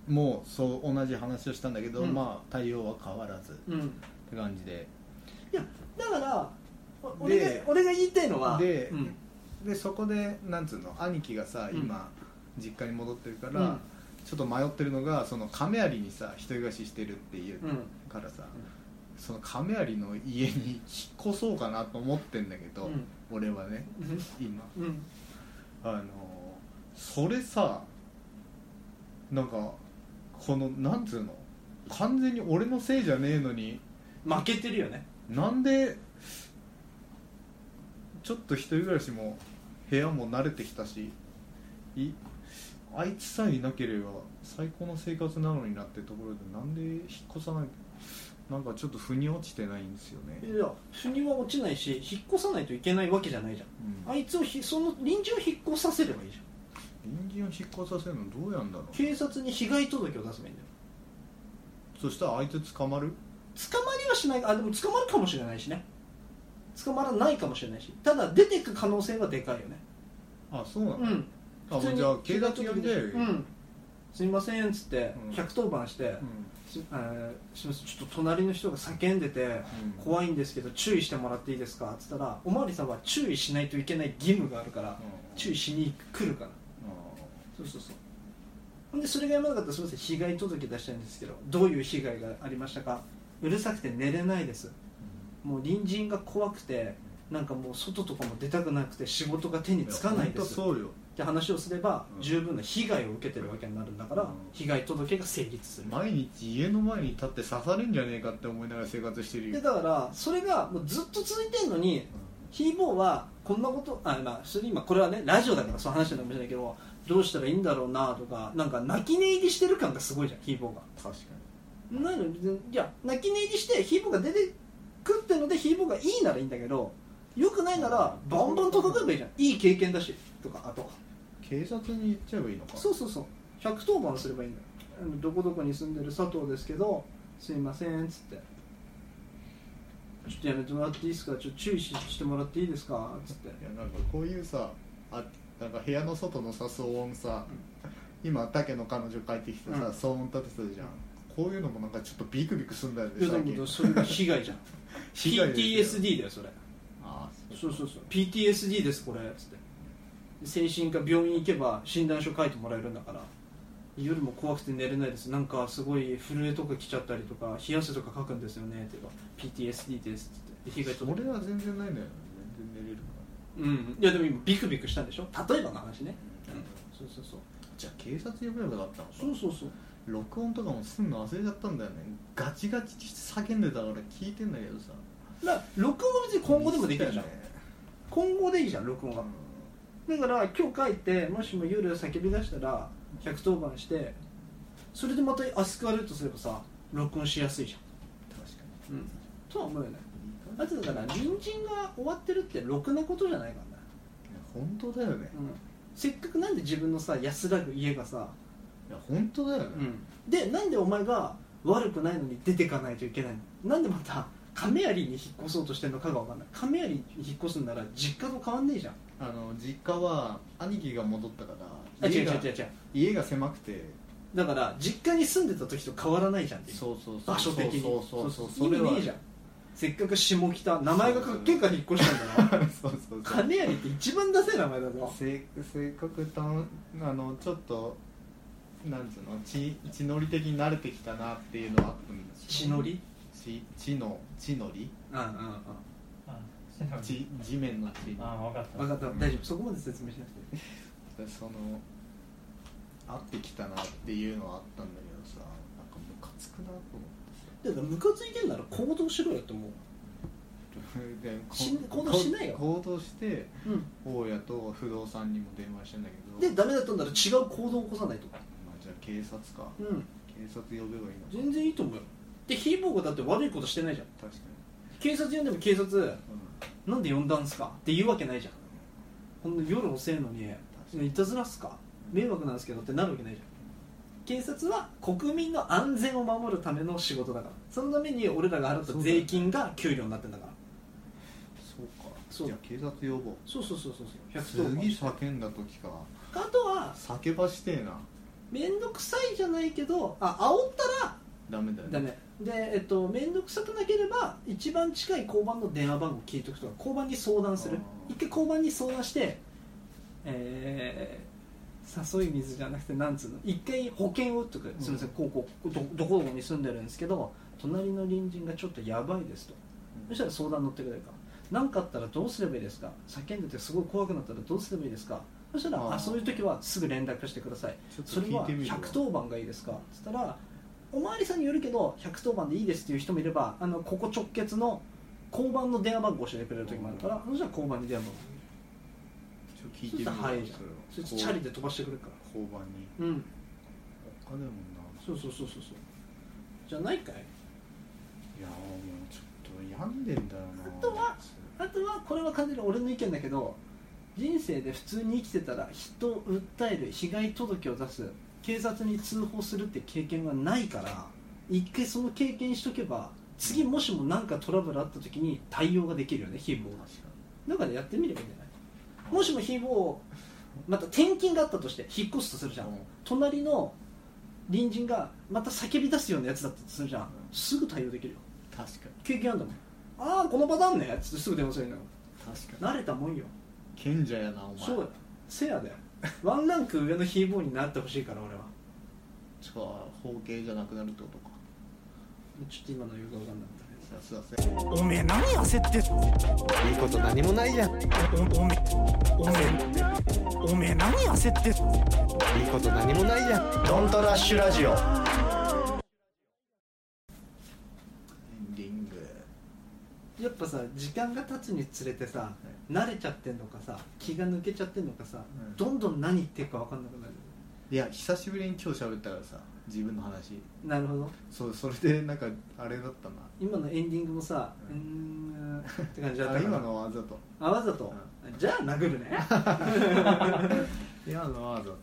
[SPEAKER 3] もうそう同じ話をしたんだけど、
[SPEAKER 1] うん
[SPEAKER 3] まあ対応は変わらずっ
[SPEAKER 1] うん
[SPEAKER 3] て感じで
[SPEAKER 1] だからお俺が
[SPEAKER 3] で
[SPEAKER 1] 俺が言いたいのは
[SPEAKER 3] で
[SPEAKER 1] うん
[SPEAKER 3] でそこでなんつうの兄貴がさ
[SPEAKER 1] うん
[SPEAKER 3] 今、実家に戻ってるから、
[SPEAKER 1] うん
[SPEAKER 3] ちょっと迷ってるのがその亀有にさ一人暮らししてるっていう
[SPEAKER 1] うん
[SPEAKER 3] からさ、その亀有の家に 引っ越そうかなと思ってんだけど、
[SPEAKER 1] うん
[SPEAKER 3] 俺はね今
[SPEAKER 1] うん
[SPEAKER 3] あのそれさなんかこのなんつうの完全に俺のせいじゃねえのに
[SPEAKER 1] 負けてるよね
[SPEAKER 3] なんでちょっと一人暮らしも部屋も慣れてきたしいあいつさえいなければ最高の生活なのになってところでなんで引っ越さないなんかちょっと腑に落ちてないんですよね、
[SPEAKER 1] いや腑には落ちないし引っ越さないといけないわけじゃないじゃんあいつをひその隣人を引っ越させればいいじゃん
[SPEAKER 3] 隣人を引っ越させるのどうやんだろ
[SPEAKER 1] 警察に被害届を出せばいいんだよ
[SPEAKER 3] うそしたら相手捕まる
[SPEAKER 1] 捕まりはしないあでも捕まるかもしれないしね捕まらないかもしれないしただ出てく可能性はでかいよね
[SPEAKER 3] あそうなの、
[SPEAKER 1] うん
[SPEAKER 3] あもうじゃあ警察呼んで、
[SPEAKER 1] う、んすいませんっつって
[SPEAKER 3] うん
[SPEAKER 1] 110番して「すあーすいませんちょっと隣の人が叫んでて
[SPEAKER 3] うん
[SPEAKER 1] 怖いんですけど注意してもらっていいですか?」っつったらおまわりさんは注意しないといけない義務があるから
[SPEAKER 3] うん
[SPEAKER 1] 注意しに来るから
[SPEAKER 3] あ
[SPEAKER 1] そうそうそうほんでそれがやまなかったらすみません被害届出したいんですけどどういう被害がありましたかうるさくて寝れないですもう隣人が怖くてなんかもう外とかも出たくなくて仕事が手に
[SPEAKER 3] ー
[SPEAKER 1] つかない
[SPEAKER 3] や
[SPEAKER 1] で
[SPEAKER 3] ほんと
[SPEAKER 1] すっ
[SPEAKER 3] そうよ
[SPEAKER 1] て話をすれば
[SPEAKER 3] うん
[SPEAKER 1] 十分な被害を受けてるわけになるんだから
[SPEAKER 3] うん
[SPEAKER 1] 被害届が成立する
[SPEAKER 3] 毎日家の前に立って刺されんじゃねえかって思いながら生活してるよ
[SPEAKER 1] でだからそれがもうずっと続いてんのにヒーボーはこんなことあまあそれ今これはねラジオだからそう話してるかもしれないけどどうしたらいいんだろうなとかなんか泣き寝入りしてる感がすごいじゃんヒーボーが
[SPEAKER 3] 確か
[SPEAKER 1] なのでいや泣き寝入りしてヒーボーが出てくってのでヒーボーがいいならいいんだけどよくないならバンバン叩けばいいじゃんいい経験だしとかあと
[SPEAKER 3] に警察に行っちゃえばいいのか
[SPEAKER 1] そうそうそう110番すればいいんだよあのどこどこに住んでる佐藤ですけどすいませんっつってちょっとやめてもらっていいですかちょっと注意ししてもらっていいですかっつって
[SPEAKER 3] いやなんかこういうさあなんか部屋の外のさ騒音さ今竹の彼女帰ってきてさ、
[SPEAKER 1] うん
[SPEAKER 3] 騒音立ててたじゃんこういうのもなんかちょっとビクビクすんだよね
[SPEAKER 1] いやで
[SPEAKER 3] 最
[SPEAKER 1] も
[SPEAKER 3] 近
[SPEAKER 1] それが被害じゃん
[SPEAKER 3] 被害ですよ
[SPEAKER 1] PTSD だよそれ
[SPEAKER 3] ああ
[SPEAKER 1] そうそうそう PTSD ですこれつって精神科病院行けば診断書書いてもらえるんだから夜も怖くて寝れないですなんかすごい震えとか来ちゃったりとか冷や汗とか書くんですよねって言えば PTSD ですって言って被害届
[SPEAKER 3] 俺は全然ないんだよ全然寝れるか
[SPEAKER 1] うんいやでも今ビクビクしたんでしょ例えばの話ね
[SPEAKER 3] ら、
[SPEAKER 1] そうそうそう
[SPEAKER 3] じゃあ警察呼べばよかったのか
[SPEAKER 1] そうそうそう
[SPEAKER 3] 録音とかもすんの忘れちゃったんだよねガチガチ叫んでたから聞いてんだけどさ
[SPEAKER 1] だから録音は別に今後でもできるじゃん、
[SPEAKER 3] ミスだよね
[SPEAKER 1] 今後でいいじゃん録音
[SPEAKER 3] う
[SPEAKER 1] は
[SPEAKER 3] ん
[SPEAKER 1] だから今日書いてもしも夜叫び出したら110番してそれでまたアスクアルトすればさ録音しやすいじ
[SPEAKER 3] 確か
[SPEAKER 1] ゃん、うん、とは思うよね
[SPEAKER 3] に
[SPEAKER 1] あとだから隣人が終わってるってろくなことじゃないからね、
[SPEAKER 3] いや本当だよね
[SPEAKER 1] うん、せっかくなんで自分のさ安らぐ家がさ、
[SPEAKER 3] いや本当だよね、
[SPEAKER 1] でなんでお前が悪くないのに出てかないといけないのなんでまた亀有に引っ越そうとしてるのかがわかんない亀有に引っ越すんなら実家と変わんねえじゃん
[SPEAKER 3] あの実家は兄貴が戻ったか
[SPEAKER 1] あ
[SPEAKER 3] ら
[SPEAKER 1] 違う違う
[SPEAKER 3] 家が
[SPEAKER 1] 違う違う
[SPEAKER 3] 家が狭くて
[SPEAKER 1] だから実家に住んでた時と変わらないじゃんっていう
[SPEAKER 3] そうそうそう
[SPEAKER 1] 場所的に
[SPEAKER 3] そうそうそう
[SPEAKER 1] 意味ねえじゃんせっかく下北名前がかっけえから引っ越したんだな
[SPEAKER 3] そうそうそう
[SPEAKER 1] 金有って一番ダセえ名前だぞ
[SPEAKER 3] せ性格たんあのちょっとなんつうの血血のり的に慣れてきたなっていうのはあったんですよ
[SPEAKER 1] 血のり
[SPEAKER 3] 血血の血のり
[SPEAKER 1] うんうん
[SPEAKER 2] あ
[SPEAKER 3] 地地面の地
[SPEAKER 2] あ分かった
[SPEAKER 1] うん分かった大丈夫そこまで説明しなくて
[SPEAKER 3] その合ってきたなっていうのはあったんだけどさなんかムカつくなと思
[SPEAKER 1] だからムカついてんなら行動しろよって思う
[SPEAKER 3] ってでこ
[SPEAKER 1] し行動しないよ
[SPEAKER 3] 行動して
[SPEAKER 1] うん
[SPEAKER 3] 大家と不動産にも電話したんだけ
[SPEAKER 1] で
[SPEAKER 3] ど
[SPEAKER 1] ダメだったんなら違う行動を起こさないと
[SPEAKER 3] まあ、じゃあ警察か
[SPEAKER 1] うん
[SPEAKER 3] 警察呼べばいいのか
[SPEAKER 1] 全然いいと思うよでヒーボーがだって悪いことしてないじゃん
[SPEAKER 3] 確か
[SPEAKER 1] 警察呼んでも警察
[SPEAKER 3] に、うん
[SPEAKER 1] なんで呼んだんすかって言うわけないじゃんこんな夜遅いのにいたずらっすか迷惑なんですけどってなるわけないじゃん警察は国民の安全を守るための仕事だからそのために俺らが払った税金が給料になってんだから
[SPEAKER 3] そうか
[SPEAKER 1] そう
[SPEAKER 3] じゃあ警察呼ぼう
[SPEAKER 1] そうそうそうそうそう
[SPEAKER 3] 次
[SPEAKER 1] 110番
[SPEAKER 3] 叫んだ時か
[SPEAKER 1] あとは
[SPEAKER 3] 叫ばしてえな
[SPEAKER 1] 面倒くさいじゃないけどあ煽ったら
[SPEAKER 3] ダメだよ
[SPEAKER 1] ダ
[SPEAKER 3] ね
[SPEAKER 1] メでえっと面倒くさくなければ一番近い交番の電話番号聞いておくとか交番に相談する
[SPEAKER 3] あー
[SPEAKER 1] 一回交番に相談してえー誘い水じゃなくてなんつうの一回保険を打っとく、すみませんこうこうどどこどこに住んでるんですけど隣の隣人がちょっとやばいですとそしたら相談乗ってくれるから何かあったらどうすればいいですか叫んでてすごい怖くなったらどうすればいいですかそしたら
[SPEAKER 3] あー
[SPEAKER 1] あそういう時はすぐ連絡してください
[SPEAKER 3] ちょっと
[SPEAKER 1] それ
[SPEAKER 3] 聞い
[SPEAKER 1] は
[SPEAKER 3] てみるわ
[SPEAKER 1] 110番がいいですかっつったらおまわりさんによるけど110番でいいですっていう人もいればあのここ直結の交番の電話番号を教えてくれる時もあるからそしたら交番に電話番号
[SPEAKER 3] ちょっと聞い
[SPEAKER 1] そ
[SPEAKER 3] て
[SPEAKER 1] し
[SPEAKER 3] み
[SPEAKER 1] た
[SPEAKER 3] る
[SPEAKER 1] ら
[SPEAKER 3] わ
[SPEAKER 1] 早いじゃんそ
[SPEAKER 3] そ
[SPEAKER 1] れ
[SPEAKER 3] れ
[SPEAKER 1] チャリで飛ばしてくれるか
[SPEAKER 3] 交番に
[SPEAKER 1] らうん
[SPEAKER 3] お金もんな
[SPEAKER 1] そうそうそうそうそうじゃないかい
[SPEAKER 3] いやーもうちょっと病んでんだよな
[SPEAKER 1] あとはあとはこれは完全に俺の意見だけど人生で普通に生きてたら人を訴える被害届を出す警察に通報するって経験がないから一回その経験しとけば次もしも何かトラブルあった時に対応ができるよね貧乏
[SPEAKER 3] 確か
[SPEAKER 1] だからやってみればいいんじゃないもしも貧乏また転勤があったとして引っ越すとするじゃん、
[SPEAKER 3] うん
[SPEAKER 1] 隣の隣人がまた叫び出すようなやつだったとするじゃん、すぐ対応できるよ
[SPEAKER 3] に確か
[SPEAKER 1] 経験あんだもんああこのパターンねっつってすぐ電話するのよ
[SPEAKER 3] に確かに
[SPEAKER 1] 慣れたもんよ
[SPEAKER 3] 賢者やなお前
[SPEAKER 1] そうだよせ やだよワンランク上のヒーボーになってほしいから俺は
[SPEAKER 3] じゃあ包茎じゃなくなるってことか
[SPEAKER 1] ちょっと今の言うか分かんなかったけど
[SPEAKER 3] さすがせ
[SPEAKER 4] おめえ何焦ってん
[SPEAKER 5] いいこと何もないじゃんいい
[SPEAKER 4] おおめおめおめえ何焦ってん
[SPEAKER 5] こと何もないじゃん
[SPEAKER 4] ドントラッシュラジオ
[SPEAKER 3] エンディング
[SPEAKER 1] やっぱさ時間が経つにつれてさ慣れちゃってんのかさ気が抜けちゃってんのかさ、
[SPEAKER 3] うん
[SPEAKER 1] どんどん何言ってるか分かんなくなる
[SPEAKER 3] いや久しぶりに今日喋ったからさ自分の話
[SPEAKER 1] なるほど
[SPEAKER 3] そうそれでなんかあれだったな
[SPEAKER 1] 今のエンディングもさう
[SPEAKER 3] う
[SPEAKER 1] ー
[SPEAKER 3] ん
[SPEAKER 1] んって感じだっ
[SPEAKER 3] あ
[SPEAKER 1] たから
[SPEAKER 3] 今のはわざと
[SPEAKER 1] あわざと、じゃあ殴る ね
[SPEAKER 3] 今のはわざと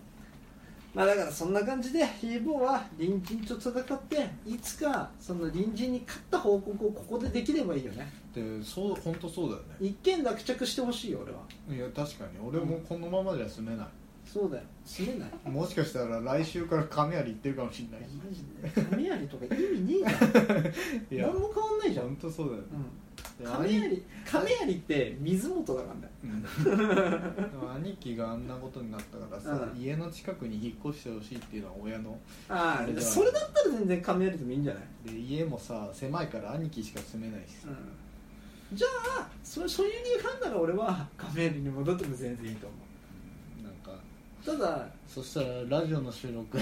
[SPEAKER 1] まあだからそんな感じでヒーボーは隣人と戦っていつかその隣人に勝った報告をここでできればいいよね
[SPEAKER 3] でそう本当そうだよ
[SPEAKER 1] 一件落着してほしいよ俺はい
[SPEAKER 3] や確かに俺もこのままじゃ住めない、
[SPEAKER 1] そうだよ住め ない
[SPEAKER 3] もしかしたら来週から亀有行ってるかもしれない
[SPEAKER 1] マジで亀有とか意味ねえ
[SPEAKER 3] い
[SPEAKER 1] じゃん
[SPEAKER 3] や
[SPEAKER 1] 何も変わんないじゃん、う
[SPEAKER 3] 本
[SPEAKER 1] ん、
[SPEAKER 3] 当そうだよねで
[SPEAKER 1] 亀有亀有って水元だからね
[SPEAKER 3] うんでも兄貴があんなことになったからさ、
[SPEAKER 1] うん
[SPEAKER 3] 家の近くに引っ越してほしいっていうのは親の
[SPEAKER 1] あ
[SPEAKER 3] それ
[SPEAKER 1] あ
[SPEAKER 3] では
[SPEAKER 1] それだったら全然亀有でもいいんじゃない、
[SPEAKER 3] で家もさ狭いから兄貴しか住めないしさ、
[SPEAKER 1] うん、じゃあそそういう理由があんなら俺は亀有に戻っても全然いいと思
[SPEAKER 3] なんか
[SPEAKER 1] うただ
[SPEAKER 3] そしたらラジオの収録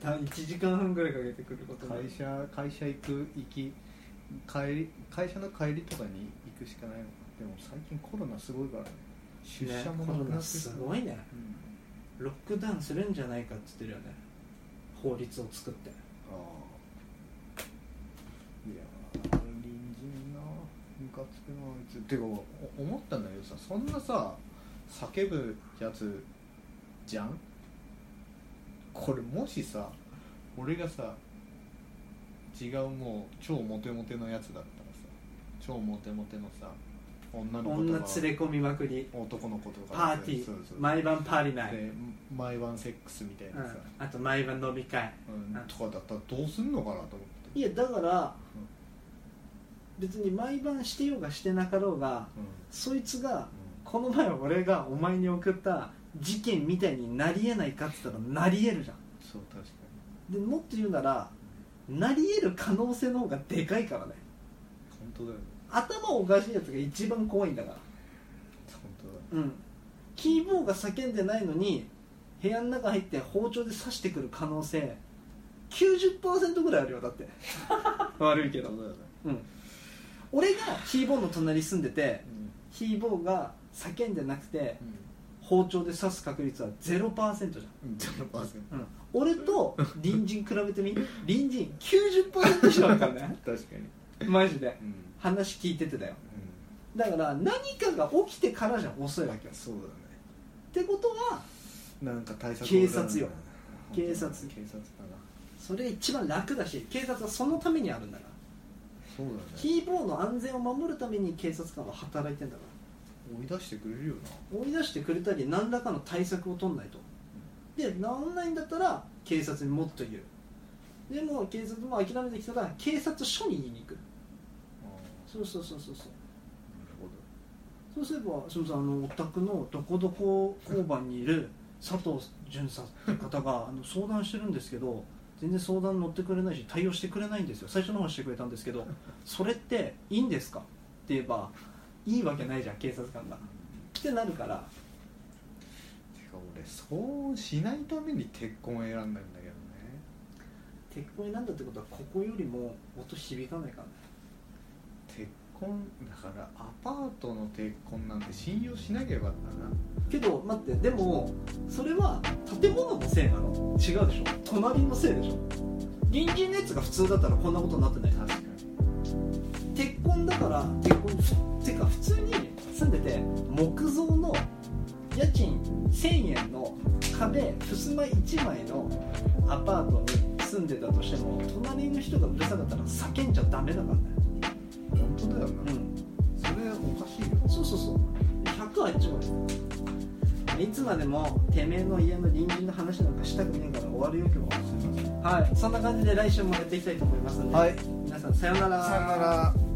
[SPEAKER 1] た1時間半ぐらいかけてくることになる
[SPEAKER 3] 会社会社行く行き帰り会社の帰りとかに行くしかないのかでも最近コロナすごいからね出
[SPEAKER 1] ね
[SPEAKER 3] 社も
[SPEAKER 1] コロ
[SPEAKER 3] なくな
[SPEAKER 1] ナ
[SPEAKER 3] ってきた
[SPEAKER 1] すごいね
[SPEAKER 3] うん
[SPEAKER 1] ロックダウンするんじゃないかって言ってるよね法律を作って
[SPEAKER 3] ああいやー隣人なムカつくなあいつてかお思ったんだけどさそんなさ叫ぶやつじゃんこれもしさ俺がさ違うもう超モテモテのやつだったらさ超モテモテのさ女の子
[SPEAKER 1] 女連
[SPEAKER 3] と
[SPEAKER 1] れ
[SPEAKER 3] か
[SPEAKER 1] 込みまくり
[SPEAKER 3] 男の子とか
[SPEAKER 1] パーティ
[SPEAKER 3] そうそう
[SPEAKER 1] ー毎晩パーリナイ、
[SPEAKER 3] で毎晩セックスみたいうなさ
[SPEAKER 1] ん、、あと毎晩飲み会
[SPEAKER 3] うんとかだったらどうすんのかなと思って
[SPEAKER 1] いやだから別に毎晩してようがしてなかろうが
[SPEAKER 3] う
[SPEAKER 1] そいつが
[SPEAKER 3] ん
[SPEAKER 1] この前俺がお前に送った事件みたいになりえないかって言ったらなりえるじゃん
[SPEAKER 3] そう確かに
[SPEAKER 1] でもっと言うならなりえる可能性の方がでかいからね
[SPEAKER 3] 本当だよね
[SPEAKER 1] 頭おかしいやつが一番怖いんだから
[SPEAKER 3] 本当だよ
[SPEAKER 1] うんキーボーが叫んでないのに部屋の中入って包丁で刺してくる可能性90%ぐらいあるよだって悪いけど、
[SPEAKER 3] 本当だよね
[SPEAKER 1] うん、俺がキーボーの隣に住んでてキーボーが叫んでなくて包丁で刺す確率は0%じ
[SPEAKER 3] うんじゃあパーセン
[SPEAKER 1] ゃん、うん、俺と隣人比べてみ隣人90%以上だからね
[SPEAKER 3] ト確かに
[SPEAKER 1] マジで
[SPEAKER 3] うん
[SPEAKER 1] 話聞いててだよだから何かが起きてからじゃ遅いわけよ
[SPEAKER 3] そうだよね
[SPEAKER 1] ってことは
[SPEAKER 3] なんか対策
[SPEAKER 1] 警察よ
[SPEAKER 3] 俺ら
[SPEAKER 1] 警察
[SPEAKER 3] 警察だな
[SPEAKER 1] それ一番楽だし警察はそのためにあるんだから
[SPEAKER 3] そうだよね
[SPEAKER 1] キーボーの安全を守るために警察官は働いてんだか
[SPEAKER 3] 追い出してくれるよな
[SPEAKER 1] ら追い出してくれたり何らかの対策を取んないとで治んないんだったら警察にもっと言うでも警察も諦めてきたら警察署に言いに行く
[SPEAKER 3] あ
[SPEAKER 1] そうそうそうそうそう
[SPEAKER 3] あなるほど
[SPEAKER 1] そうすればすみませんあのお宅のどこどこ交番にいる佐藤巡査 って方があの相談してるんですけど全然相談乗ってくれないし対応してくれないんですよ最初の方はしてくれたんですけどそれっていいんですかって言えばいいわけないじゃん警察官がってなるから
[SPEAKER 3] てか俺そうしないために結婚を選んだんだけどね
[SPEAKER 1] 鉄骨なんだってことはここよりも音響かないからね
[SPEAKER 3] 結婚だからアパートの結婚なんて信用しなきゃよかったな
[SPEAKER 1] けど待ってでもそれは建物のせいなの違うでしょ隣のせいでしょ隣人のやつが普通だったらこんなことになってない
[SPEAKER 3] 確か
[SPEAKER 1] 鉄痕だから鉄痕てか普通に住んでて木造の家賃1000円の壁襖1枚のアパートに住んでたとしても隣の人がうるさかったら叫んじゃダメだからね
[SPEAKER 3] に本当だよな、
[SPEAKER 1] ん
[SPEAKER 3] それおかしいよ
[SPEAKER 1] そうそうそう100は一応いつまでもてめえの家の隣人の話なんかしたくねえから終わるよ今日ははいそんな感じで来週もやっていきたいと思いますので、
[SPEAKER 3] はい
[SPEAKER 1] 皆さんさようなら
[SPEAKER 3] さよなら